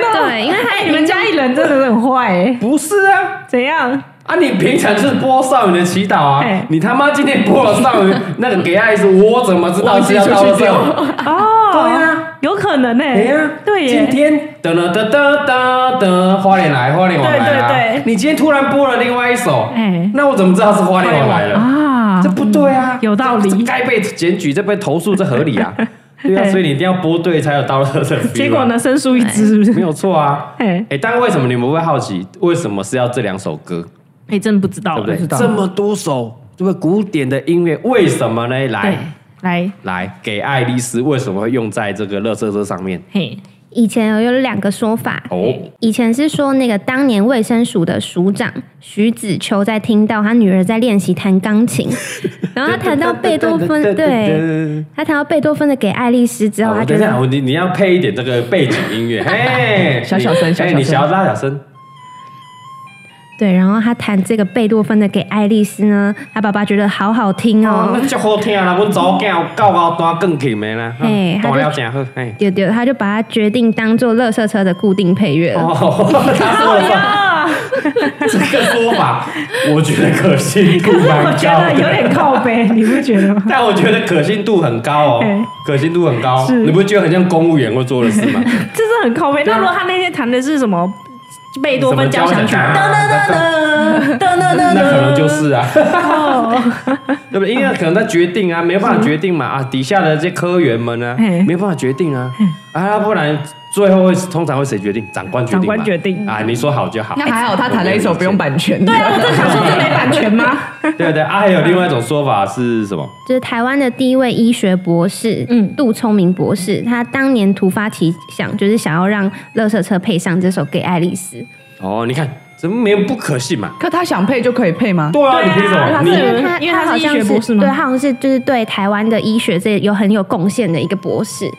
S2: 哦
S3: 对因为他
S2: 哎你们家里人真的是很坏哎，
S1: 不是啊，
S2: 怎样？
S1: 啊，你平常就是播少女的祈祷啊
S2: 嘿，
S1: 你他妈今天播了少女 那个给爱丽丝，我怎么知道是要到了这种？
S2: 哦，
S1: 对啊，
S2: 有可能哎，
S1: 哎呀，
S2: 对
S1: 今
S2: 耶，
S1: 天噔噔噔噔噔噔，花莲来，花莲往来啦
S2: 对对对
S1: 你今天突然播了另外一首，
S2: 哎
S1: 那我怎么知道是花莲往来了？
S2: 啊
S1: 这，不对啊，
S2: 有道理
S1: 这这该被检举，这被投诉，这合理啊。对啊，所以你一定要播对才有到乐色 feel 啊
S2: 结果呢，生疏一只是不
S1: 没
S2: 是？
S1: 有错啊。
S2: 哎
S1: 哎、但为什么你们会好奇为什么是要这两首歌，
S2: 哎，真不知道
S1: 对不
S2: 了，
S1: 对？
S4: 道
S1: 这么多首，对不对？古典的音乐为什么呢？
S2: 对
S1: 来，
S2: 来，
S1: 来，给爱丽丝为什么会用在这个乐色车上面？
S2: 嘿，
S3: 以前有有两个说法，
S1: 哦，
S3: 以前是说那个当年卫生署的署长徐子秋在听到他女儿在练习弹 钢琴，然后他啊弹到贝多芬，对他弹到贝多芬的《给爱丽丝》之后，
S1: 好
S3: 他
S1: 哦等
S3: 觉
S1: 一下，
S3: 得
S1: 我你你要配一点这个背景音 乐，嘿，
S4: 小小声
S1: 你
S4: 小小
S1: 哎
S4: 声
S1: 你小拉小声，
S3: 对，然后他弹这个贝多芬的《给爱丽丝》呢，他爸爸觉得好好听
S1: 哦，
S3: 哦
S1: 那，足好听啦，阮查某囝有够高单钢琴的啦，
S3: 嘿
S1: 弹
S3: 他就
S1: 了真好， 嘿。
S3: 丢丢，他就把它决定当做垃圾车的固定配乐了。
S1: 哦，他说的 这个说法，我觉得可信度蛮
S2: 我觉
S1: 高
S2: 得有
S1: 的，
S2: 点靠背，你不觉得吗？
S1: 但我觉得可信度很高哦
S2: 哎，
S1: 可信度很高，
S2: 是
S1: 你不觉得很像公务员会做的事 吗？
S2: 这是很靠背。那如果他那天弹的是什么贝多芬交响曲？
S1: 什么
S2: 噔
S1: 交响曲
S2: 噔噔噔噔噔
S1: 那可能
S2: 噔，
S1: 就是啊，
S2: 哦，
S1: 对不对？因为可能他决定啊，没办法决定嘛啊，底下的这科员们呢
S2: 嘿，
S1: 没办法决定啊啊，不然最后会通常会谁决定？长官决定嘛，
S2: 长官决定
S1: 啊，你说好就好。
S4: 嗯那还好，他弹了一首不用版权的。
S2: 对啊，我在想 说这没版权吗？
S1: 对对啊，还有另外一种说法是什么？
S3: 就是台湾的第一位医学博士，
S2: 嗯
S3: 嗯，杜聪明博士，他当年突发奇想，就是想要让垃圾车配上这首《给爱丽丝》。
S1: 哦，你看，怎么没有不可信嘛？
S4: 可他想配就可以配吗？
S1: 对啊，
S2: 对啊
S1: 你凭什么？
S2: 他
S1: 你
S2: 是
S3: 因为他
S2: 因为他
S3: 他
S2: 是
S3: 好像
S2: 医学博士吗
S3: 对，他好像是就是对台湾的医学这有很有贡献的一个博士。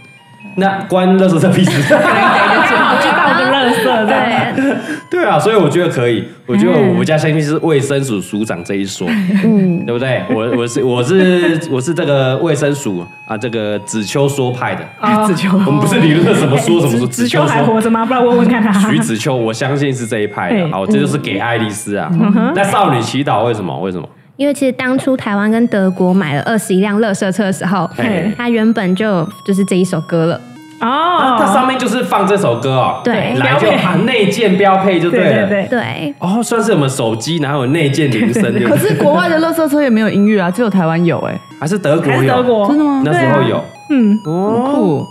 S1: 那关乐色这屁事？
S2: 刚好就到个乐色的，
S3: 对，
S1: 对啊，所以我觉得可以，我觉得
S2: 嗯
S1: 我们家相信是卫生署署长这一说，
S3: 嗯，
S1: 对不对？我我是我是我是这个卫生署啊，这个子秋说派的，
S4: 子秋，
S1: 我们不是理论什么说什么说，
S2: 子
S1: 子
S2: 秋
S1: 秋
S2: 还
S1: 说。
S2: 活着吗？不然问问看他。
S1: 徐子秋，我相信是这一派的。哦
S2: 嘿
S1: 好，这就是给爱丽丝啊
S2: 嗯哼。
S1: 那少女祈祷为什么？为什么？
S3: 因为其实当初台湾跟德国买了二十一辆垃圾车的时候
S1: 嘿，
S3: 他原本就有就是这一首歌了。
S1: 啊
S2: 哦，
S1: 它上面就是放这首歌哦。
S3: 对
S1: 来就
S2: 标配
S1: 啊内建标配就
S2: 对
S1: 对
S2: 对
S1: 了。
S2: 对，
S3: 对，
S1: 哦，算是我们手机，然后有内建铃声， 对不
S4: 可
S1: 对？
S4: 是国外的垃圾车也没有音乐啊，只有台湾有哎，
S1: 还是德国
S2: 还是
S1: 有
S2: 德国，
S4: 真的吗
S1: 那时候有，哦
S2: 嗯，
S4: 很酷。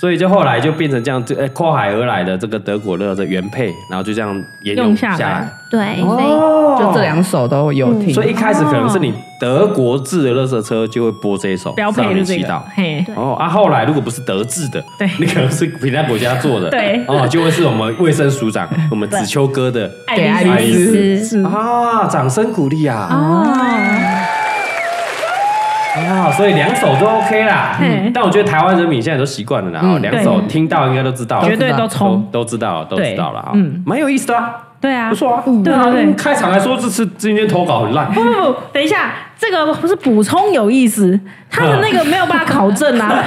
S1: 所以就后来就变成这样，这呃跨海而来的这个德国乐的原配，然后就这样沿
S2: 用下
S1: 下
S2: 来。
S3: 对，所以
S1: 哦
S4: 就这两首都有
S2: 嗯
S4: 听。
S1: 所以一开始可能是你德国制的乐色车就会播这一首《
S2: 标配
S1: 少女
S2: 就这
S1: 祈
S2: 个
S1: 祷，
S2: 嘿，
S1: 哦啊，后来如果不是德制的，
S2: 对
S1: 你可能是其他国家做的，
S2: 对
S1: 哦，就会是我们卫生署长，我们子秋哥的
S4: 给爱
S2: 爱
S4: 丽
S2: 丽
S4: 丝
S2: 丝是
S1: 啊，掌声鼓励啊！啊，所以两首都 OK 啦
S2: 嘿，
S1: 但我觉得台湾人民现在都习惯了啦，哦，
S4: 嗯
S1: 两首听到应该都知道了，
S2: 绝对都
S1: 都
S2: 冲，
S1: 都知道，都知道了啊，
S2: 嗯
S1: 蛮有意思的啊，
S2: 对啊，
S1: 不错啊，
S2: 对对对
S1: 嗯开场来说这次今天投稿很烂，
S2: 不不不，等一下，这个不是补充有意思，他的那个没有办法考证啊。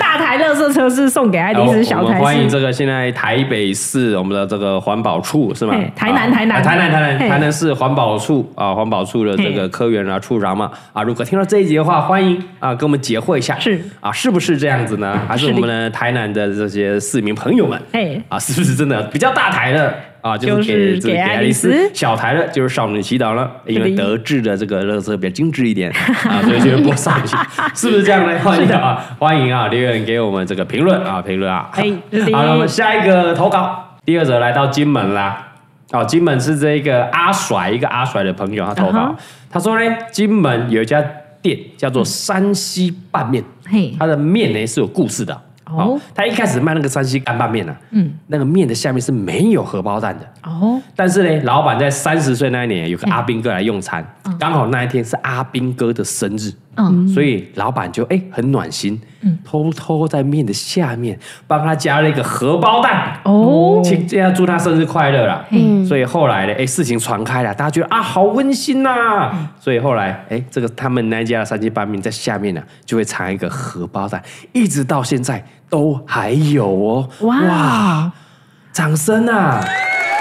S2: 大台乐色车是送给爱丽丝，
S1: 我
S2: 小
S1: 们
S2: 台
S1: 欢迎
S2: 是。
S1: 这个现在台北市我们的这个环保处是吗
S2: 嘿？台南
S1: 啊
S2: 台南
S1: 啊台南台
S2: 嘿
S1: 南台南市环保处啊，环保处的这个科员啊处长嘛啊，如果听到这一集的话，欢迎啊跟我们解惑一下，
S2: 是
S1: 啊是不是这样子呢？还是
S2: 是
S1: 我
S2: 的
S1: 们的台南的这些市民朋友们，
S2: 嘿
S1: 啊是不是真的比较大台的？啊，就
S2: 就是
S1: 是
S2: 给
S1: 给
S2: 爱
S1: 爱
S2: 丽
S1: 丽
S2: 丝
S1: 丝小台的，就是少女祈祷了，因为
S2: 是的
S1: 德制的这个乐色比较精致一 点啊，所以就会播少女 祈祷，是不是这样呢？欢迎啊，欢迎啊，留言给我们这个评论啊，评论啊。
S2: 哎是的
S1: 好了，我们下一个投稿，第二则来到金门啦。哦，金门是这个阿甩一个阿甩的朋友，他投
S2: 啊哈
S1: 稿，他说呢，金门有一家店叫做山西拌面，
S2: 嘿，
S1: 它的面呢是有故事的。
S2: 哦
S1: 哦，他一开始卖那个山西干拌面呢、啊，
S2: 嗯
S1: 嗯，那个面的下面是没有荷包蛋的。
S2: 哦，
S1: 但是呢，老板在三十岁那一年有个阿兵哥来用餐，刚好那一天是阿兵哥的生日，
S2: 嗯
S1: 所以老板就哎、很暖心，偷偷在面的下面帮他加了一个荷包蛋。
S2: 哦，
S1: 请这样祝他生日快乐啦！
S3: 嗯
S1: 所以后来呢，哎，事情传开了，大家觉得啊，好温馨呐、
S2: 嗯
S1: 所以后来，哎，这个他们那一家的三七拌面在下面呢、啊就会藏一个荷包蛋，一直到现在都还有哦。
S2: 哇
S1: 掌声啊！啊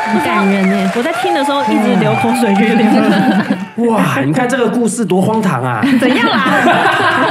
S3: 很感人耶。
S2: 我在听的时候一直流口水，就有点
S1: 哇，你看这个故事多荒唐 啊！
S2: 怎 样啦？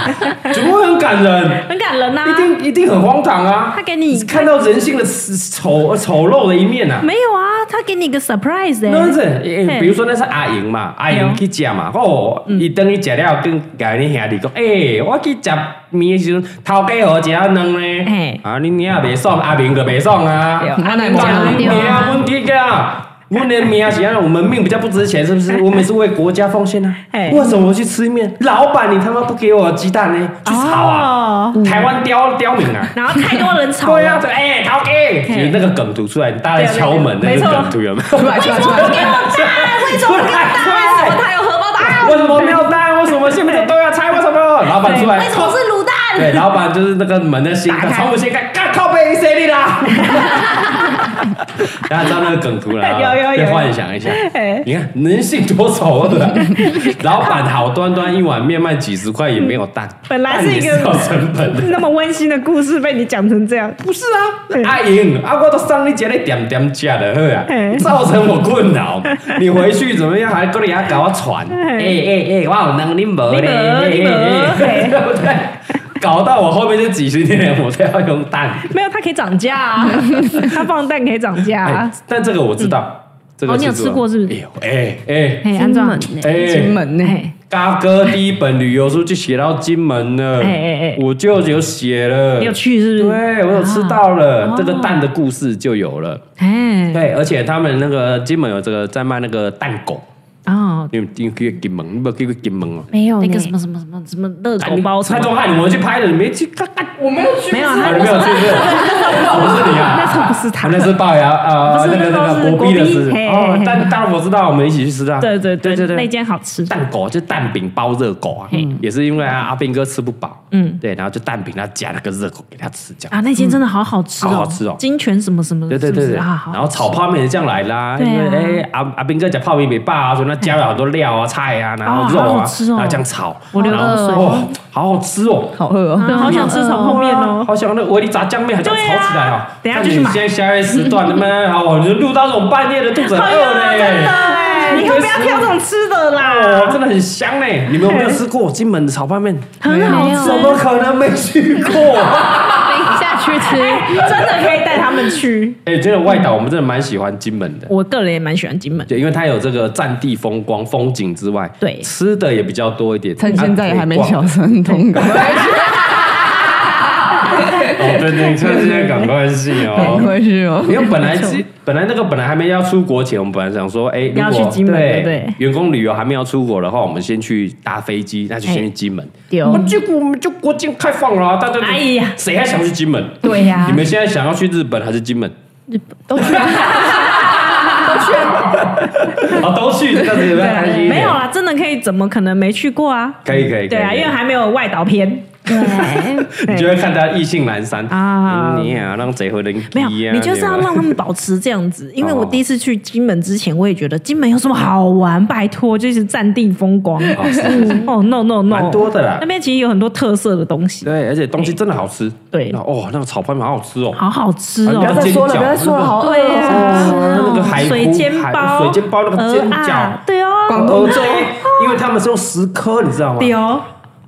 S1: 怎么会很感人？
S2: 很感人呐、啊
S1: 一定一定很荒唐啊！
S2: 他给你
S1: 看到人性的丑呃丑陋的一面啊！
S2: 没有啊，他给你一个 surprise 哎、
S1: 那是，诶
S2: 嘿
S1: 比如说那是阿莹嘛，阿
S2: 对
S1: 莹
S2: 哦嗯
S1: 去食嘛，哦，伊等伊食了，跟家己兄弟讲，诶，我去食面的时阵，头家好食卵咧
S2: 嘿，
S1: 啊，恁娘也袂爽，阿明个袂爽啊，
S2: 对
S4: 啊那
S1: 我
S4: 讲
S1: 们
S4: 啊
S1: 命啊，阮弟啊。我们的命是让我们命比较不值钱，是不是？我们是为国家奉献啊！
S2: 嘿
S1: 为什么我去吃面？老板，你他妈不给我鸡蛋呢？去炒啊！台湾刁刁民啊！
S2: 然后太多人吵
S1: 对呀，
S2: 了，
S1: 对，哎，陶给，其实那个梗吐出来，大家在敲门那
S2: 对
S1: 个
S2: 对对
S1: 梗吐有没 有？
S4: 出来出来出来！
S1: 啊 为什么给蛋？为什么他有荷包蛋？为什么没有蛋？为什么现在都要拆？为什么？老板出来，
S2: 为什么是卤蛋？
S1: 对，老板就是那个门的心，他从我先看，干靠背谁 的啦？大家知道那个梗图了啊，
S2: 有有有
S1: 再幻想一下
S2: 哎，
S1: 你看人性多丑恶啊！老板好端端一碗面卖几十块也没有蛋，
S2: 本来是一个
S1: 蛋也是有成本的。
S2: 那么温馨的故事被你讲成这样，
S1: 不是啊， 阿莹，啊，我都送你这里点点吃的好啊
S2: 嘿，
S1: 造成我困 扰。你回去怎么样？还过来还搞我传？哎哎哎，我有能力无
S2: 你
S1: 咧？
S2: 没你没
S1: 哎哎哎 对不对？搞到我后面这几十年我都要用蛋。
S2: 没有它可以涨价、啊，它放蛋可以涨价、
S1: 哎
S2: 啊。，
S1: 但这个我知道，这个
S2: 哦你有吃过是不是
S1: 哎呦，哎
S2: 哎，安
S3: 金
S2: 装
S3: 门，呢？
S1: 哎哎，
S4: 金门呢？
S2: 哎
S1: 嘎哥第一本旅游书就写到金门了，
S2: 哎哎哎
S1: 我就有写了，
S2: 你有哦去是不是？
S1: 对我有吃到了，这个蛋的故事就有了。
S2: 哎，
S1: 对，而且他们那个金门有这个在卖那个蛋狗，
S2: 哦，
S1: 你有你有去过金门，你有没有去过金门哦？
S3: 没有
S2: 那
S3: 呢
S2: 个什么什么什么什么热狗包什
S1: 蔡
S2: 么
S1: 宗汉，你们去拍的，你没去看？
S4: 我没有去，
S2: 没有
S1: 啊
S2: 啊，
S1: 你没有去是不是？我是你啊，那时候不是他，那是龅牙啊，
S2: 不
S1: 那
S2: 是
S1: 个那
S2: 那时候
S1: 个
S2: 是
S1: 国宾的
S2: 国宾
S1: 事
S2: 嘿嘿
S1: 哦
S2: 嘿。
S1: 但当然我知道，我们一起去吃的。啊
S2: 对对对
S1: 对对
S2: 那
S1: 对。
S2: 间好吃，
S1: 蛋狗就蛋饼包热狗啊，也是因为啊阿斌哥吃不饱，嗯
S2: 嗯，
S1: 对，然后就蛋饼，他夹那个热狗给他吃，这样。
S2: 啊，那间真的好好吃哦，
S1: 嗯好好吃哦
S2: 金泉什么什么，
S1: 对对对
S2: 是不
S1: 对，
S2: 是啊，好
S1: 然后炒泡面也这样来啦，因
S2: 对啊
S1: 为哎阿阿斌哥讲泡面没霸啊，所以他加了很多料啊、菜啊，然后
S2: 哦
S1: 肉
S2: 好
S1: 啊，
S2: 好吃哦
S1: 然后这样炒，
S2: 我流
S1: 然后
S2: 口水
S1: 哦，好好吃哦。
S4: 好饿哦。
S2: 对好想吃炒泡面哦。
S1: 好想那维力炸酱面，还想炒起来哦。
S2: 对啊等一下
S1: 像
S2: 就去
S1: 你
S2: 买
S1: 现在宵夜时段的 吗？好，你录到这种半夜的，肚子很饿嘞。
S2: 哎，以后不要挑这种吃的
S1: 哦，
S2: 啦，
S1: 真的很香 嘞！你们有没有吃过金门的炒泡面？
S2: 很好
S3: 没有
S2: 吃
S1: 怎，么可能没去过？
S3: 下去吃。
S2: 真的可以带他们去。
S1: 哎，真的外岛，我们真的蛮喜欢金门的。
S2: 我个人也蛮喜欢金门，
S1: 对，因为它有这个战地风光、风景之外，
S2: 对
S1: 吃的也比较多一点。
S4: 趁现在还没
S1: 啊可以
S4: 小
S1: 逛
S4: 三通，赶快
S1: 哦，对对，趁 现在赶快去
S4: 赶
S1: 哦。
S4: 快去哦。
S1: 因为本来是本来那个本来还没要出国前，我们本来想说，哎，如
S2: 要去
S1: 果
S2: 金门对
S1: 对
S2: 对
S1: 员工旅游还没要出国的话，我们先去搭飞机，那就先去金门。
S2: 丢
S1: 哦，结果我们就国境开放了啊，大家都
S2: 哎呀
S1: 谁还想去金门？
S2: 对呀
S1: 你们现在想要去日本还是金门？啊，都去，但 是有没有开心一点
S2: 没有啦，真的可以，怎么可能没去过啊？
S1: 可以可以可以
S2: 对啊，因为还没有外岛篇。
S3: 对，
S1: 你就会看他意兴阑珊
S2: 啊
S1: 嗯你啊，让贼回人机啊
S2: 没有，你就是要
S1: 对吧
S2: 让他们保持这样 子。因为
S1: 哦
S2: 我第一次去金门之前，我也觉得金门有什么好玩？拜托，就是占地风光。
S1: 哦是是是
S2: 哦，no no no，
S1: 蛮多的啦
S2: 那边其实有很多特色的东西，
S1: 对，而且东西真的好吃。
S2: 对
S1: 哦，那个炒泡面好好吃哦。
S2: 好好吃
S1: 啊
S2: 哦
S1: 不
S4: 不。要再说了，不要再说了，好饿
S2: 对
S4: 哦。
S2: 啊，
S1: 那个海
S2: 水煎
S1: 海
S2: 包、
S1: 水煎包那个煎
S2: 鹅
S1: 饺
S2: 啊，对哦，
S4: 广
S1: 哦，
S4: 东粥
S1: 对，因为他们是用石颗，你知道吗？
S2: 对哦，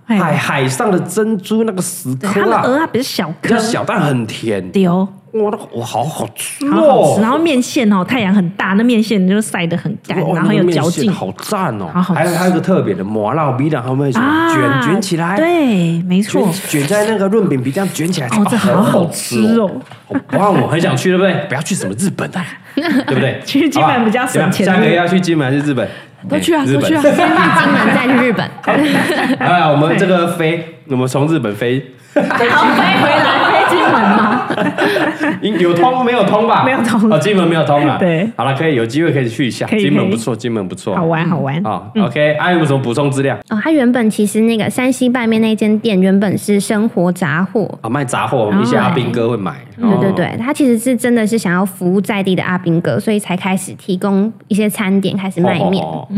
S2: 哎
S1: 海海上的珍珠那个石
S2: 对他
S1: 颗
S2: 们鹅
S1: 啊，
S2: 啊比较小
S1: 比较
S2: 颗，
S1: 小但很甜。
S2: 对哦。
S1: 哇，那个哇，好好吃
S2: 好好吃，然
S1: 哦！
S2: 后面线哦，太阳很大，那面线就晒得很干，
S1: 哇
S2: 然后很
S1: 那
S2: 有
S1: 个
S2: 嚼
S1: 面线
S2: 劲
S1: 好赞哦
S2: 好！好
S1: 还有
S2: 吃
S1: 还有一个特别的麻辣米辣，他们会卷
S2: 啊，
S1: 卷起来，
S2: 对，没错
S1: 卷，卷在那个润饼皮这样卷起来，
S2: 哦这好好吃哦，
S1: 好不让我很想去，对不对？不要去什么日本啊， 对不对？
S2: 去金门
S1: 好不好
S2: 比较省钱
S1: 下个月要去金门还是日本？
S4: 都去啊，
S1: 哎日
S4: 都
S1: 本
S4: 去 啊。。
S3: 金门再去日本，
S1: 啊，我们这个飞，我们从日本飞，
S2: 好飞回来，飞金门吗？
S1: 有通没有通吧？
S2: 没有通
S1: 哦，金门没有通啊。
S2: 对
S1: 好了，可以有机会可以去一下，
S2: 可以
S1: 金
S2: 可
S1: 门
S2: 以
S1: 不错，金门不错，
S2: 好玩好玩
S1: 啊。OK，阿有没有什么补充资料？
S3: 哦，它原本其实那个山西拌面那间店原本是生活杂货，
S1: 啊，卖杂货，我们一些阿兵哥会买。
S3: 对对
S1: 哦，
S3: 对，他其实是真的是想要服务在地的阿兵哥，所以才开始提供一些餐点，开始卖面。
S1: 哦哦哦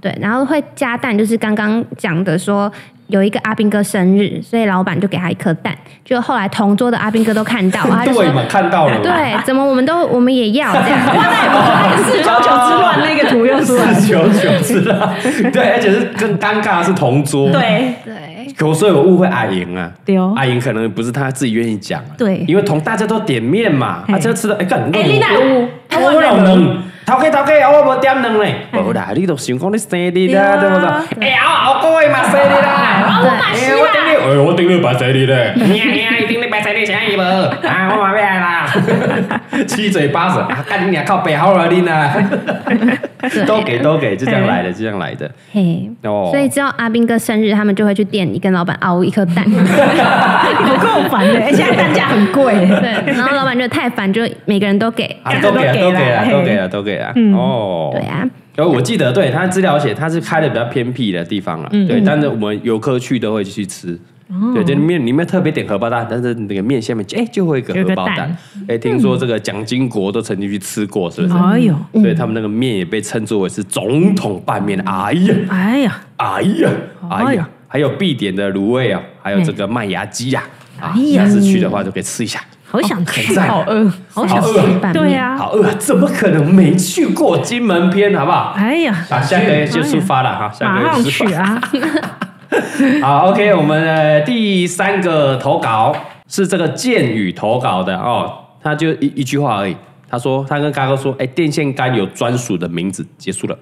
S3: 对，然后会加蛋，就是刚刚讲的说，有一个阿兵哥生日，所以老板就给他一颗蛋。就后来同桌的阿兵哥都看到，啊他就说
S1: 对嘛，看到了嘛，
S3: 对，怎么我们都我们也要这样。
S4: 四九九之乱那个图又出来了，
S1: 四九九知道，对，而且是更尴尬的是同桌，，
S2: 对
S3: 对，
S1: 可所以我误会阿莹啊，
S2: 对哦
S1: 阿莹可能不是她自己愿意讲啊，
S2: 对
S1: 因为同大家都点面嘛，
S2: 嘿
S1: 啊，这吃的哎，干，
S2: 哎你哪有
S1: 我我有两，头家头家，我无点两嘞，无啦，你都想讲你生日啦，对
S2: 对
S1: 不
S2: 啊
S1: 对？哎，后后个月嘛生日啦，
S2: 啊，我买
S1: 哎，
S2: 西
S1: 我顶
S2: 啦，
S1: 你，哎，我顶你白生 日嘞，你啊你啊，一定你白生日啥意无？啊，我嘛要来 啦，七嘴八舌，啊，干你俩靠背后了你 呢，都给都给，就这样来的，就这样来的，
S3: 嘿，
S1: 哦，
S3: 所以只要阿兵哥生日，他们就会去店里跟老板熬一颗 蛋。
S2: 不够烦的，而且它单价很贵。
S3: 对，然后老板就太烦，就每个人都给。
S1: 啊，都给了，都给了，都给了，都给了。哦，
S3: 对。啊，
S1: 然后我记得，对他资料写，他是开的比较偏僻的地方了，对。但是我们游客去都会去吃，对，这里面里面特别点荷包蛋，但是那个面下面哎就会有一个
S2: 有一
S1: 荷
S2: 个
S1: 包蛋
S2: 蛋，
S1: 哎，听说这个蒋经国都曾经去吃过，是不是？
S2: 哎呦，
S1: 所以他们那个面也被称作为是总统拌面，哎呀，
S2: 哎呀，
S1: 哎呀，哎
S2: 哎
S1: 呀
S2: 呀，
S1: 还有必点的卤味啊，还有这个麦芽鸡呀，啊，
S2: 哎呀
S1: 下次去的话就可以吃一下。
S2: 好想去
S1: 哦赞
S4: 好饿，
S2: 好想
S1: 好
S2: 去
S1: 饿啊，
S3: 拌面
S2: 对呀、
S1: 好饿啊，怎么可能没去过金门篇，好不好？
S2: 哎呀，
S1: 啊，下个月就出发了哈，下
S2: 马
S1: 个
S2: 上
S1: 月出
S2: 去
S1: 发。
S2: 啊！
S1: 好，OK，我们的第三个投稿是这个剑宇投稿的哦，他就一一句话而已。他说他跟嘎哥说，哎、电线杆有专属的名字，结 束了。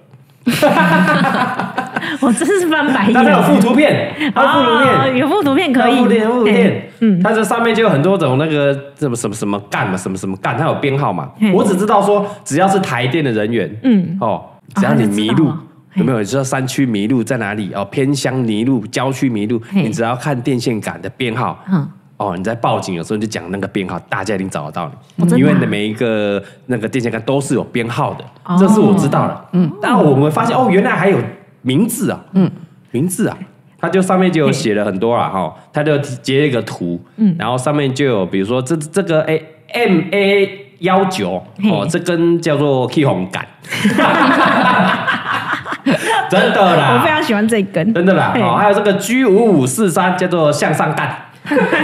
S2: 我真是翻白眼。
S1: 那他有附图片，他有附图
S2: 哦
S1: 片。
S2: 有附图片
S1: 他
S2: 可
S1: 有
S2: 以，
S1: 附片，附片
S2: 哎，嗯，
S1: 哦它这上面就有很多种那个什么什么什么干嘛，什么什么干，它有编号嘛
S2: 嘿。
S1: 我只知道说，只要是台电的人员，
S2: 嗯啊
S1: 哦，只要你迷路
S2: 他就知道了，嘿
S1: 有没有？你知道山区迷路在哪里？哦，偏乡迷路、郊区迷路，
S2: 嘿
S1: 你只要看电线杆的编号，
S2: 嗯
S1: 哦，你在报警的时候你就讲那个编号，大家一定找得到
S2: 哦真的
S1: 你，
S2: 啊
S1: 因为你每一个那个电线杆都是有编号的
S2: 哦，
S1: 这是我知道的。嗯，但我们发现哦，原来还有名字啊，嗯，名字啊。它就上面就有写了很多啦，哈，它就截一个图，嗯，然后上面就有，比如说这这个哎 M A 幺九哦，
S2: 嘿
S1: 这根叫做 K 红杆， 真的
S2: 我非
S1: 啦，
S2: 常喜欢这一根，
S1: 真的啦，
S2: 嘿
S1: 哦，还有这个 G 五五四三叫做向上 干，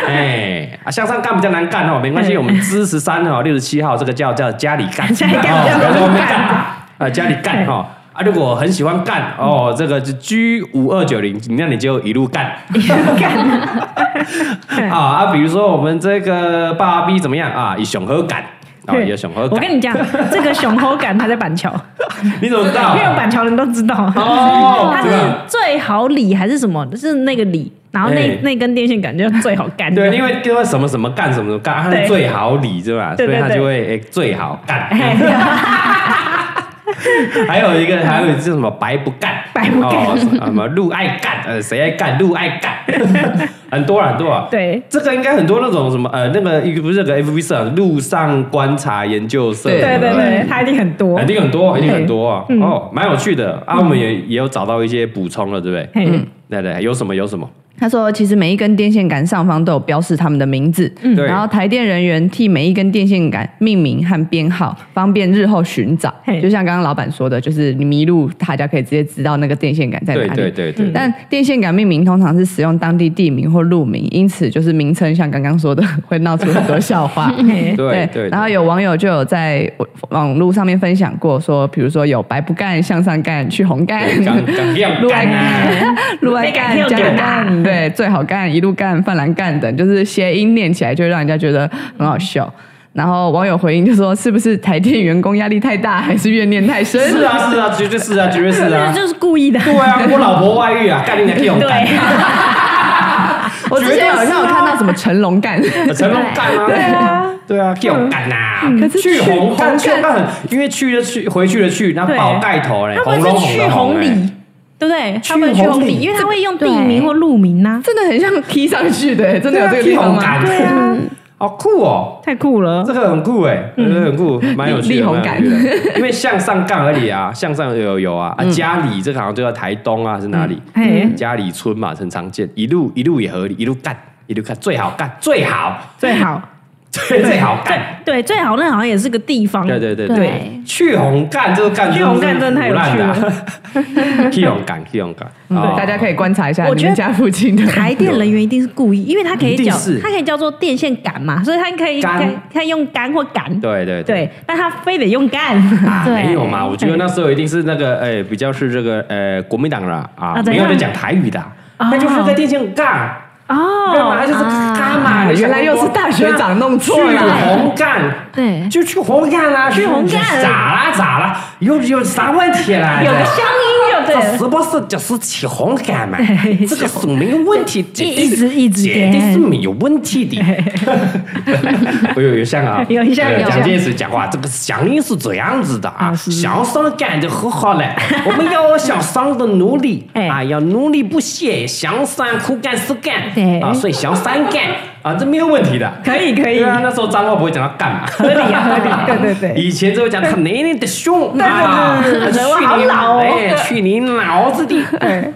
S1: 哎，啊向上干比较难干哦，没关系，
S2: 嘿
S1: 我们支十三哦，六十七号这个叫叫家里干，
S2: 家里干
S1: 哦
S2: 比较
S1: 不要在外面
S2: 难
S1: 干
S2: 干
S1: 啊，家里干
S2: 嘿
S1: 哈。啊，如果很喜欢干哦，
S2: 嗯
S1: 这个就 G 五二九零，那你就一路干，
S2: 嘿
S1: 啊啊，比如说我们这个爸爸 B 怎么样啊？以雄和感啊，
S2: 嘿
S1: 有雄和
S2: 我
S1: 感
S2: 跟，你 讲，这个雄厚感它在板桥，
S1: 你怎么知道
S2: 因？为板桥人都知道，
S1: 哦
S2: 它
S1: 这
S2: 是
S1: 样
S2: 最好理还是什么？是那个理，然后那
S1: 哎
S2: 那根电线杆就最好 干。
S1: 对，因为因为什么什么干什么什么干，他是
S2: 对
S1: 最好理是吧？所
S2: 对对
S1: 以他
S2: 对
S1: 就会诶最好干。
S2: 哎
S1: 还有 一个，还有一个是什么白不干，
S2: 白不干
S1: 哦什么 路爱干，呃，谁爱干路爱 干，很多啦很多啦。
S2: 对
S1: 这个应该很多那种什么呃，那个一个不是那个 FB 社啊路上观察研究社，
S4: 对
S2: 对对嗯对，它一定很多
S1: 肯。定很多，一定很多啊！哦，蛮有趣的啊，我们也也有找到一些补充了，对不对？
S2: 嗯
S1: 嗯
S2: 嘿，
S1: 对对，有什么有什么？
S4: 他说，其实每一根电线杆上方都有标示他们的名字，
S2: 嗯
S1: 对
S4: 然后台电人员替每一根电线杆命名和编号，方便日后寻找。
S2: 嘿
S4: 就像刚刚老板说的，就是你迷路，大家可以直接知道那个电线杆在哪
S1: 对
S4: 里。
S1: 对对
S2: 嗯
S1: 对，
S4: 但电线杆命名通常是使用当地地名或路名，因此就是名称像刚刚说的，会闹出很多笑 话。
S2: 嘿
S1: 对对
S4: 然后有网友就有在网络上面分享过说，比如说有白不干、向上干、去红干、
S1: 刚刚亮
S4: 路
S1: 干
S4: 爱
S1: 啊，
S4: 干、路爱干、加油 干，对，最好干、一路干、泛蓝干等，就是谐音念起来就会让人家觉得很好笑。然后网友回应就说：“是不是台电员工压力太大，还是怨念太深？”
S1: 是啊是啊，绝对是啊，绝对是
S2: 那
S1: 啊。
S2: 就是故意的。
S1: 对啊，我老婆外遇啊，干你娘这种干，
S2: 对，
S4: 我之前好像有看到什么成龙干，
S1: 成龙干啊，对 啊，对啊，这种干呐。去红干，去红干很，因为去了去，回去了去，那
S2: 对
S1: 宝盖头嘞，
S2: 他
S1: 哎红
S2: 们
S1: 龙
S2: 是
S1: 红
S2: 去
S1: 的
S2: 红
S1: 红
S2: 里
S1: 哎，，
S2: 对不对？他们去
S1: 红
S2: 红
S1: 里
S2: 里，因为他会用
S3: 对
S2: 地名或路名啊呐，
S4: 真的很像踢上去的，欸真的啊有这
S1: 啊
S4: 个
S1: 去
S4: 地
S1: 红
S4: 方吗？
S1: 干，
S2: 对啊，
S1: 好酷哦。
S2: 太酷了
S1: 这。个很酷哎，这个很酷，蛮有趣
S4: 立
S1: 的，
S4: 红
S1: 蛮有趣的。因为向上干而 已啊，向上有有啊，啊家里这个好像就在台东啊，是哪里？
S2: 嘿，
S1: 家里村嘛，很常见，一路一路也合理，一路干，一路干最好干最好，
S2: 最好
S1: 对，最好干。
S2: 对，最好那好像也是个地方。
S1: 对对对
S3: 对
S1: 去红干就是干，
S2: 去红干真的太有趣了
S1: 了。去红干，去红干，哦
S4: 嗯大家可以观察一下
S2: 我
S4: 你
S2: 觉
S4: 们
S2: 得
S4: 家附近的。
S2: 台电人员一定是故意，因为他可以
S1: 一定
S2: 叫
S1: 是
S2: 他可以叫做电线杆嘛，所以他可以
S1: 杆
S2: 可以可以用杆或杆，
S1: 对对
S2: 对，但他非得用杆。
S1: 啊，
S3: 对
S1: 没有嘛？我觉得那时候一定是那个，哎，比较是这个，呃，国民党啦，啊
S2: 啊，怎
S1: 没
S2: 样
S1: 有在讲台语的啊，那就是在电线杆，干嘛
S2: 哦，
S1: 就是他嘛？
S4: 原来又是大学长弄错
S1: 去
S4: 了。
S1: 红干，
S3: 对
S1: 就去红干啦，
S2: 去红干
S1: 咋啦咋啦？有有啥问题啦？
S2: 有个乡音就对
S1: 这
S2: 了。
S1: 是不是就是起红干 嘛？这个说明问题绝对
S2: 一一直一直
S1: 绝对是没有问题 的。 我有有像啊，
S2: 有有像
S1: 呃
S2: 有
S1: 蒋
S2: 像
S1: 介石讲话，这个乡音是这样子的啊，
S2: 啊是
S1: 向上干得很好 嘞，我们要向上的努力
S2: 哎
S1: 啊，要努力不懈，向上苦干实干，
S2: 对
S1: 啊，所以向上干啊，这没有问题的。
S2: 可以可以
S1: 对啊，那时候脏话不会讲到干嘛，合
S2: 理啊合 理对对对
S1: 以前就 会讲他奶奶的胸啊，
S2: 对对对对对
S1: 去
S2: 我好
S1: 你
S2: 老哦
S1: 哎，去你老子的！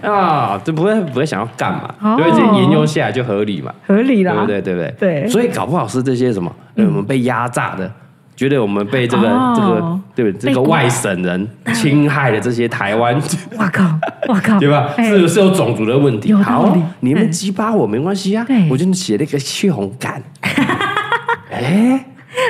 S1: 啊，这不会不会想要干
S2: 哦
S1: 嘛，所以这研究下来就合理嘛，
S2: 合
S1: 对
S2: 理啦
S1: 不，对？对不对？
S2: 啊对
S1: 所以搞不好是这些什么，呃我们被压榨的。觉得我们被这个、这个
S2: 哦
S1: 对不对
S2: 被
S1: 这个
S2: 国
S1: 外省 人侵害了这些台湾，
S2: 哇靠，哇靠，
S1: 对吧？
S2: 哎
S1: 是是有种族的问题。
S2: 有道
S1: 好
S2: 理，嗯
S1: 你们激巴我没关系啊
S2: 对，
S1: 我就写了一个血红 感，哎，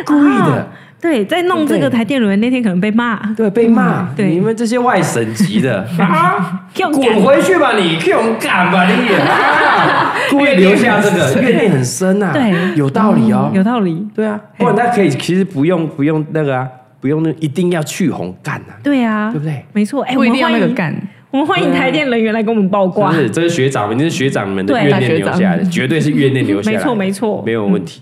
S1: 故意
S2: 啊
S1: 的。
S2: 对，在弄这个台电轮那天可能被骂，
S1: 对，被骂，
S2: 嗯对
S1: 你们这些外省籍 的啊，
S2: 勇敢
S1: 滚回去吧你，勇敢吧你， 啊故意留下这个，怨念很深啊，
S2: 对嗯
S1: 有道理哦，
S2: 有哎道理。
S1: 对啊，不然他可以其实不用不用那个啊，不用那一定要去红干啊，
S2: 对啊，
S1: 对不对？
S2: 没错，哎，
S4: 不一定要
S2: 我们欢
S4: 那个
S2: 迎，
S4: 干，
S2: 我们欢迎台电人员来给我们报
S1: 是不
S2: 挂。
S1: 是？这是学长们，这是学长们的
S2: 对
S1: 怨念留下来的，绝对是怨念留下来的，
S2: 没错没错
S1: 没有问 题。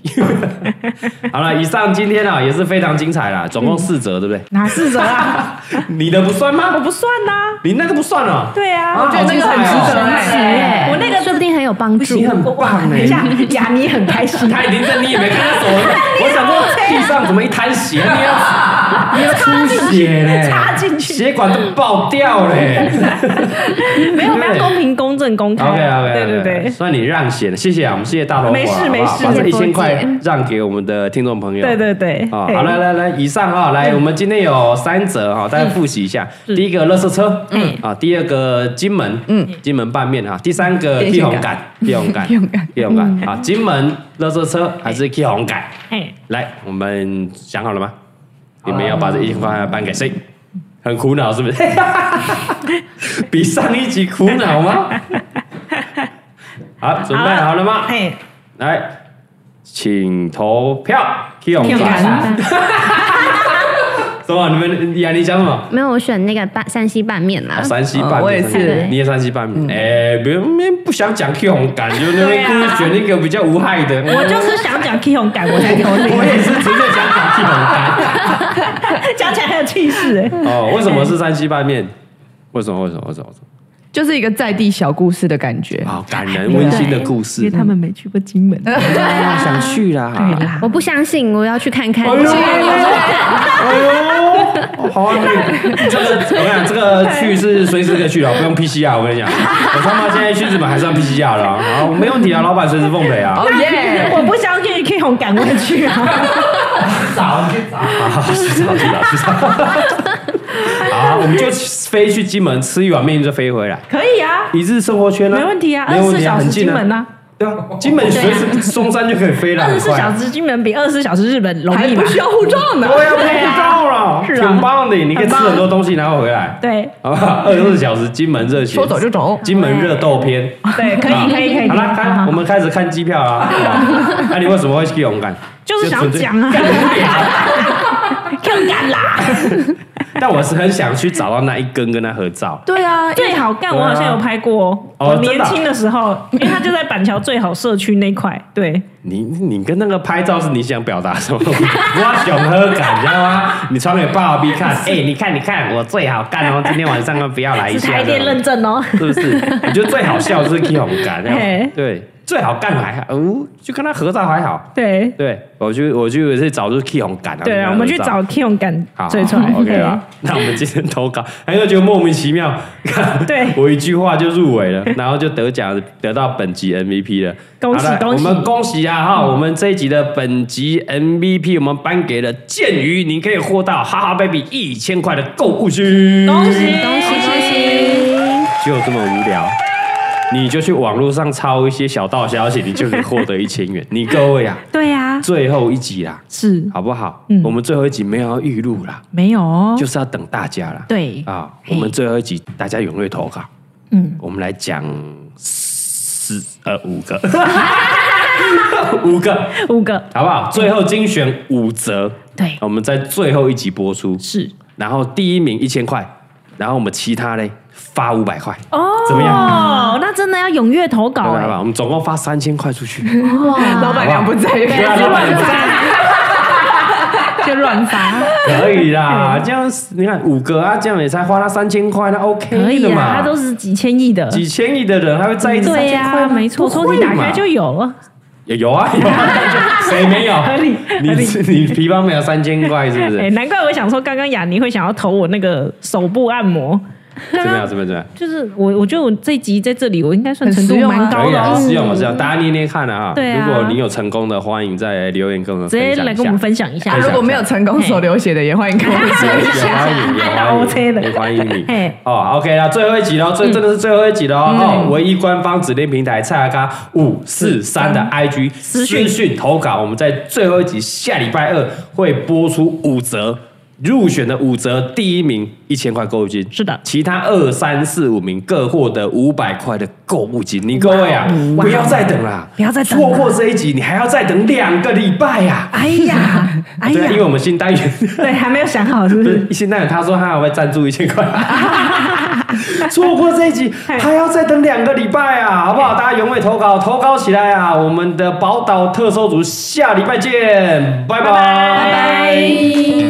S1: 好了，以上今天啊也是非常精彩啦，总共四折，对不对？
S2: 哪四折啊？
S1: 你的不算
S2: 我
S1: 吗？
S2: 不算啊呐。
S1: 你那个不算哦。
S2: 对啊，
S1: 我觉得那个很值得哎
S3: 哎
S2: 我那个
S3: 说不定很有帮助
S1: 你。很棒
S2: 等
S1: 哎
S2: 一，下，雅尼很 开心。
S1: 他已经在，你也没看他手， 我想说地上怎么一滩血，你要你要出血嘞，
S2: 插进去
S1: 血管都爆掉嘞。
S2: 没有，我们要公平、公正、公
S1: OK
S2: 开。
S1: OK，
S2: 对对对，
S1: 算你让贤了，谢谢啊，我们谢谢大头
S2: 没事
S1: 华好不好
S2: 没事
S1: 把这
S3: 谢谢
S1: 一千
S3: 波
S1: 块
S3: 姐
S1: 让给我们的听众朋友。
S2: 对对嗯对。
S1: 啊、
S2: 哎
S1: 好，来来来，以上啊、来，我们今天有三则哈、大家复习一下。第一个，垃圾车，嗯，啊，第二个，金门，嗯，金门拌面哈、第三个，
S4: 电
S1: 地
S4: 线
S1: 红
S4: 杆
S1: 杆，地红杆，
S4: 地红 杆
S1: 地红杆，
S2: 嗯
S1: 啊，金门垃圾车还是地红杆？
S2: 哎，
S1: 来，我们想好了吗？你们要把这一千块颁给谁？很苦恼是不 是？比上一集苦恼吗？好，准备好了吗？
S2: 哎，
S1: 来，请投票。地红
S2: 地红
S1: 杆
S2: 杆。
S1: 什么？你们雅尼讲什么？
S3: 没有，我选那个拌山西拌面啦
S1: 啊，。山西拌
S4: 哦我也
S1: 面，山西
S3: 是
S1: 你也山西拌面。哎，不用，不想讲 Q 红感，就那边
S2: 对
S1: 故意
S2: 啊
S1: 选一个比较无害的。
S2: 我就是想讲 K 红感，我才投这
S1: 我也
S2: 个，
S1: 是直接想讲 Q 红感。
S2: 讲起来很有气势哎。
S1: 哦，为什么是山西拌面？为什么？为什么？为什么？为什么
S4: 就是一个在地小故事的感觉。
S1: 好感人温馨的故事，
S2: 们没去过 金门。
S1: 啊想去啦。
S2: 啦，
S3: 我不相信，我要去看看
S1: 哎。呦，哎呦，好啊！这个我跟你讲，这个去是随时可以去的，不用 PCR。我跟你讲，我他妈现在去日本还是要 PCR 的啊，好没问题啊，老板随时奉陪啊
S4: 哦。耶！
S2: 我不相信 K 红感会 去啊。
S1: 早去早，好好去早去早去早。好，我们就飞去金门吃一碗面，就飞回来。
S2: 可以啊，
S1: 一日生活圈呢？
S2: 没问题啊，
S1: 没
S2: 二
S1: 有
S2: 十
S1: 问
S2: 四
S1: 题啊
S2: 小时
S1: 很近
S2: 金门
S1: 啊。
S2: 啊。
S1: 对啊，金门随时松山就可以飞了，
S2: 二
S1: 很
S2: 十四
S1: 快啊
S2: 小时金门比二十四小时日本容易嘛？
S4: 要护照呢
S1: 对呀，拍照了，
S2: 是啊
S1: 挺棒的，你可以吃很多东西，然后回来，
S2: 对
S1: 好不好？二十四小时金门热血，
S4: 说走就走。
S1: 金门热斗篇。
S2: 对，可
S1: 啊
S2: 以可以可以。
S1: 好了，
S2: 哎好
S1: 看我们开始看机票 啊。好那你为什么会去勇敢？
S2: 就是想
S1: 纯粹
S2: 讲啊，啊更敢啦！
S1: 但我是很想去找到那一根跟他合照。
S4: 对啊，
S2: 最好干，我好像有拍过哦，
S1: 哦
S2: 我
S1: 真的
S2: 年
S1: 啊
S2: 轻的时候，因为他就在板桥最好社区那块，对，
S1: 你你跟那个拍照是你想表达什么？ 我想喝感，你知道吗？你传给爸爸 B 看，哎，你看你看，我最好干哦，今天晚上不要来一
S2: 是
S1: 下
S2: 台电
S1: 的。
S2: 认证哦。
S1: 是不是？我觉得最好笑的是 K 红感，
S2: 嘿
S1: 对，最好干还好，嗯，就跟他合照还好。
S5: 对
S1: 对，我去我去是找就是 K 红干啊。
S5: 对啊，我们去找 K 勇敢
S1: 好
S5: 最出
S1: 好
S5: 来。
S1: 好 OK 啊。那我们今天投稿，还有觉得莫名其妙，看
S5: 对
S1: 我一句话就入围了，然后就得奖，得到本集 MVP 了。
S5: 恭喜
S1: 好了
S5: 恭喜嗯
S1: 我们恭喜啊哈！我们这一集的本集 MVP 我们颁给了剑鱼，你可以获到哈哈 baby 一千块的购物金。
S5: 恭喜
S2: 嗯
S3: 恭喜恭！喜！
S1: 就这么无聊，你就去网络上抄一些小道消息，你就可以获得一千元。你各 位啊，
S5: 对呀，
S1: 最后一集啦，
S5: 是
S1: 好不好？我们最后一集没有要预录啦，
S5: 没有嗯哦
S1: 就是要等大家啦。
S5: 对
S1: 啊，我
S5: 嘿
S1: 们最后一集大家踊跃投稿，嗯，我们来讲四呃五个， 五个
S5: 五个
S1: 好不好？最后精选五折，
S5: 对
S1: 我们在最后一集播出，
S5: 是
S1: 然后第一名一千块，然后我们其他嘞发五百块，
S5: 哦，
S1: 怎么样？
S2: 哦，那真的要踊跃投稿
S1: 好吧，好
S2: 哎、
S1: 吧，我们总共发三千块出 去，
S4: 老板娘不在，
S1: 对
S2: 哎
S1: 啊，老板
S4: 就乱发。
S1: 可以
S2: 啊
S1: 啦，这样你看五个啊，这样也才花了三千块，那 OK 的嘛，
S2: 他啊都是几千亿的，
S1: 几千亿的人还会在意三
S2: 对
S1: 千
S2: 啊呀、
S1: 块吗？
S2: 没错，
S1: 不
S2: 手
S1: 会
S2: 机打
S1: 嘛
S2: 开就有了，
S1: 有有啊有 啊，谁没有？你你皮包没有三千块是不
S5: 哎、
S1: 是？
S5: 难怪我想说，刚刚雅尼会想要投我那个手部按摩，
S2: 啊
S1: 怎么样？怎么样？怎么样？
S2: 就是我我觉得我这集在这里我应该算
S4: 很
S2: 程度
S4: 实用啊
S2: 蛮
S1: 可
S2: 高
S1: 以
S2: 的、
S1: 啊，
S2: 哦，
S1: 试用我试用，大家捏捏看啊。
S2: 对啊
S1: 如果你有成功的，欢迎再留言跟我们
S2: 直
S1: 分
S2: 接
S1: 享
S2: 来
S1: 一
S2: 跟我们
S1: 下。
S2: 分享一下
S1: 分。享
S4: 如果没有成功手流血的，也欢迎 跟我们说一下。
S1: 也欢迎，也欢迎，也欢迎你
S5: 嘿。嗯
S1: 哦，OK 啦，最后一集喽，最真的是最后一集喽。哦，唯一官方指定平台蔡阿嘎五四三的 IG 私讯投稿，我们在最后一集下礼拜二会播出五折。入选的五折第一名一千块购物金，
S5: 是的
S1: 其他二三四五名各获得五百块的购物金。你各位啊，不要再等啦，
S5: 哦不要再等了
S1: 错过这一集，你还要再等两个礼拜呀。
S5: 哎呀，哎
S1: 对啊，因为
S5: 呀，
S1: 我们新单元。
S5: 对，还没有想好是 不
S1: 不
S5: 是
S1: 是？，现在他说他还会赞助一千块，错过这一集还要再等两个礼拜啊，好不好？大家踊跃投稿，投稿起来啊！我们的宝岛特搜组下礼拜见，拜拜。
S5: 拜拜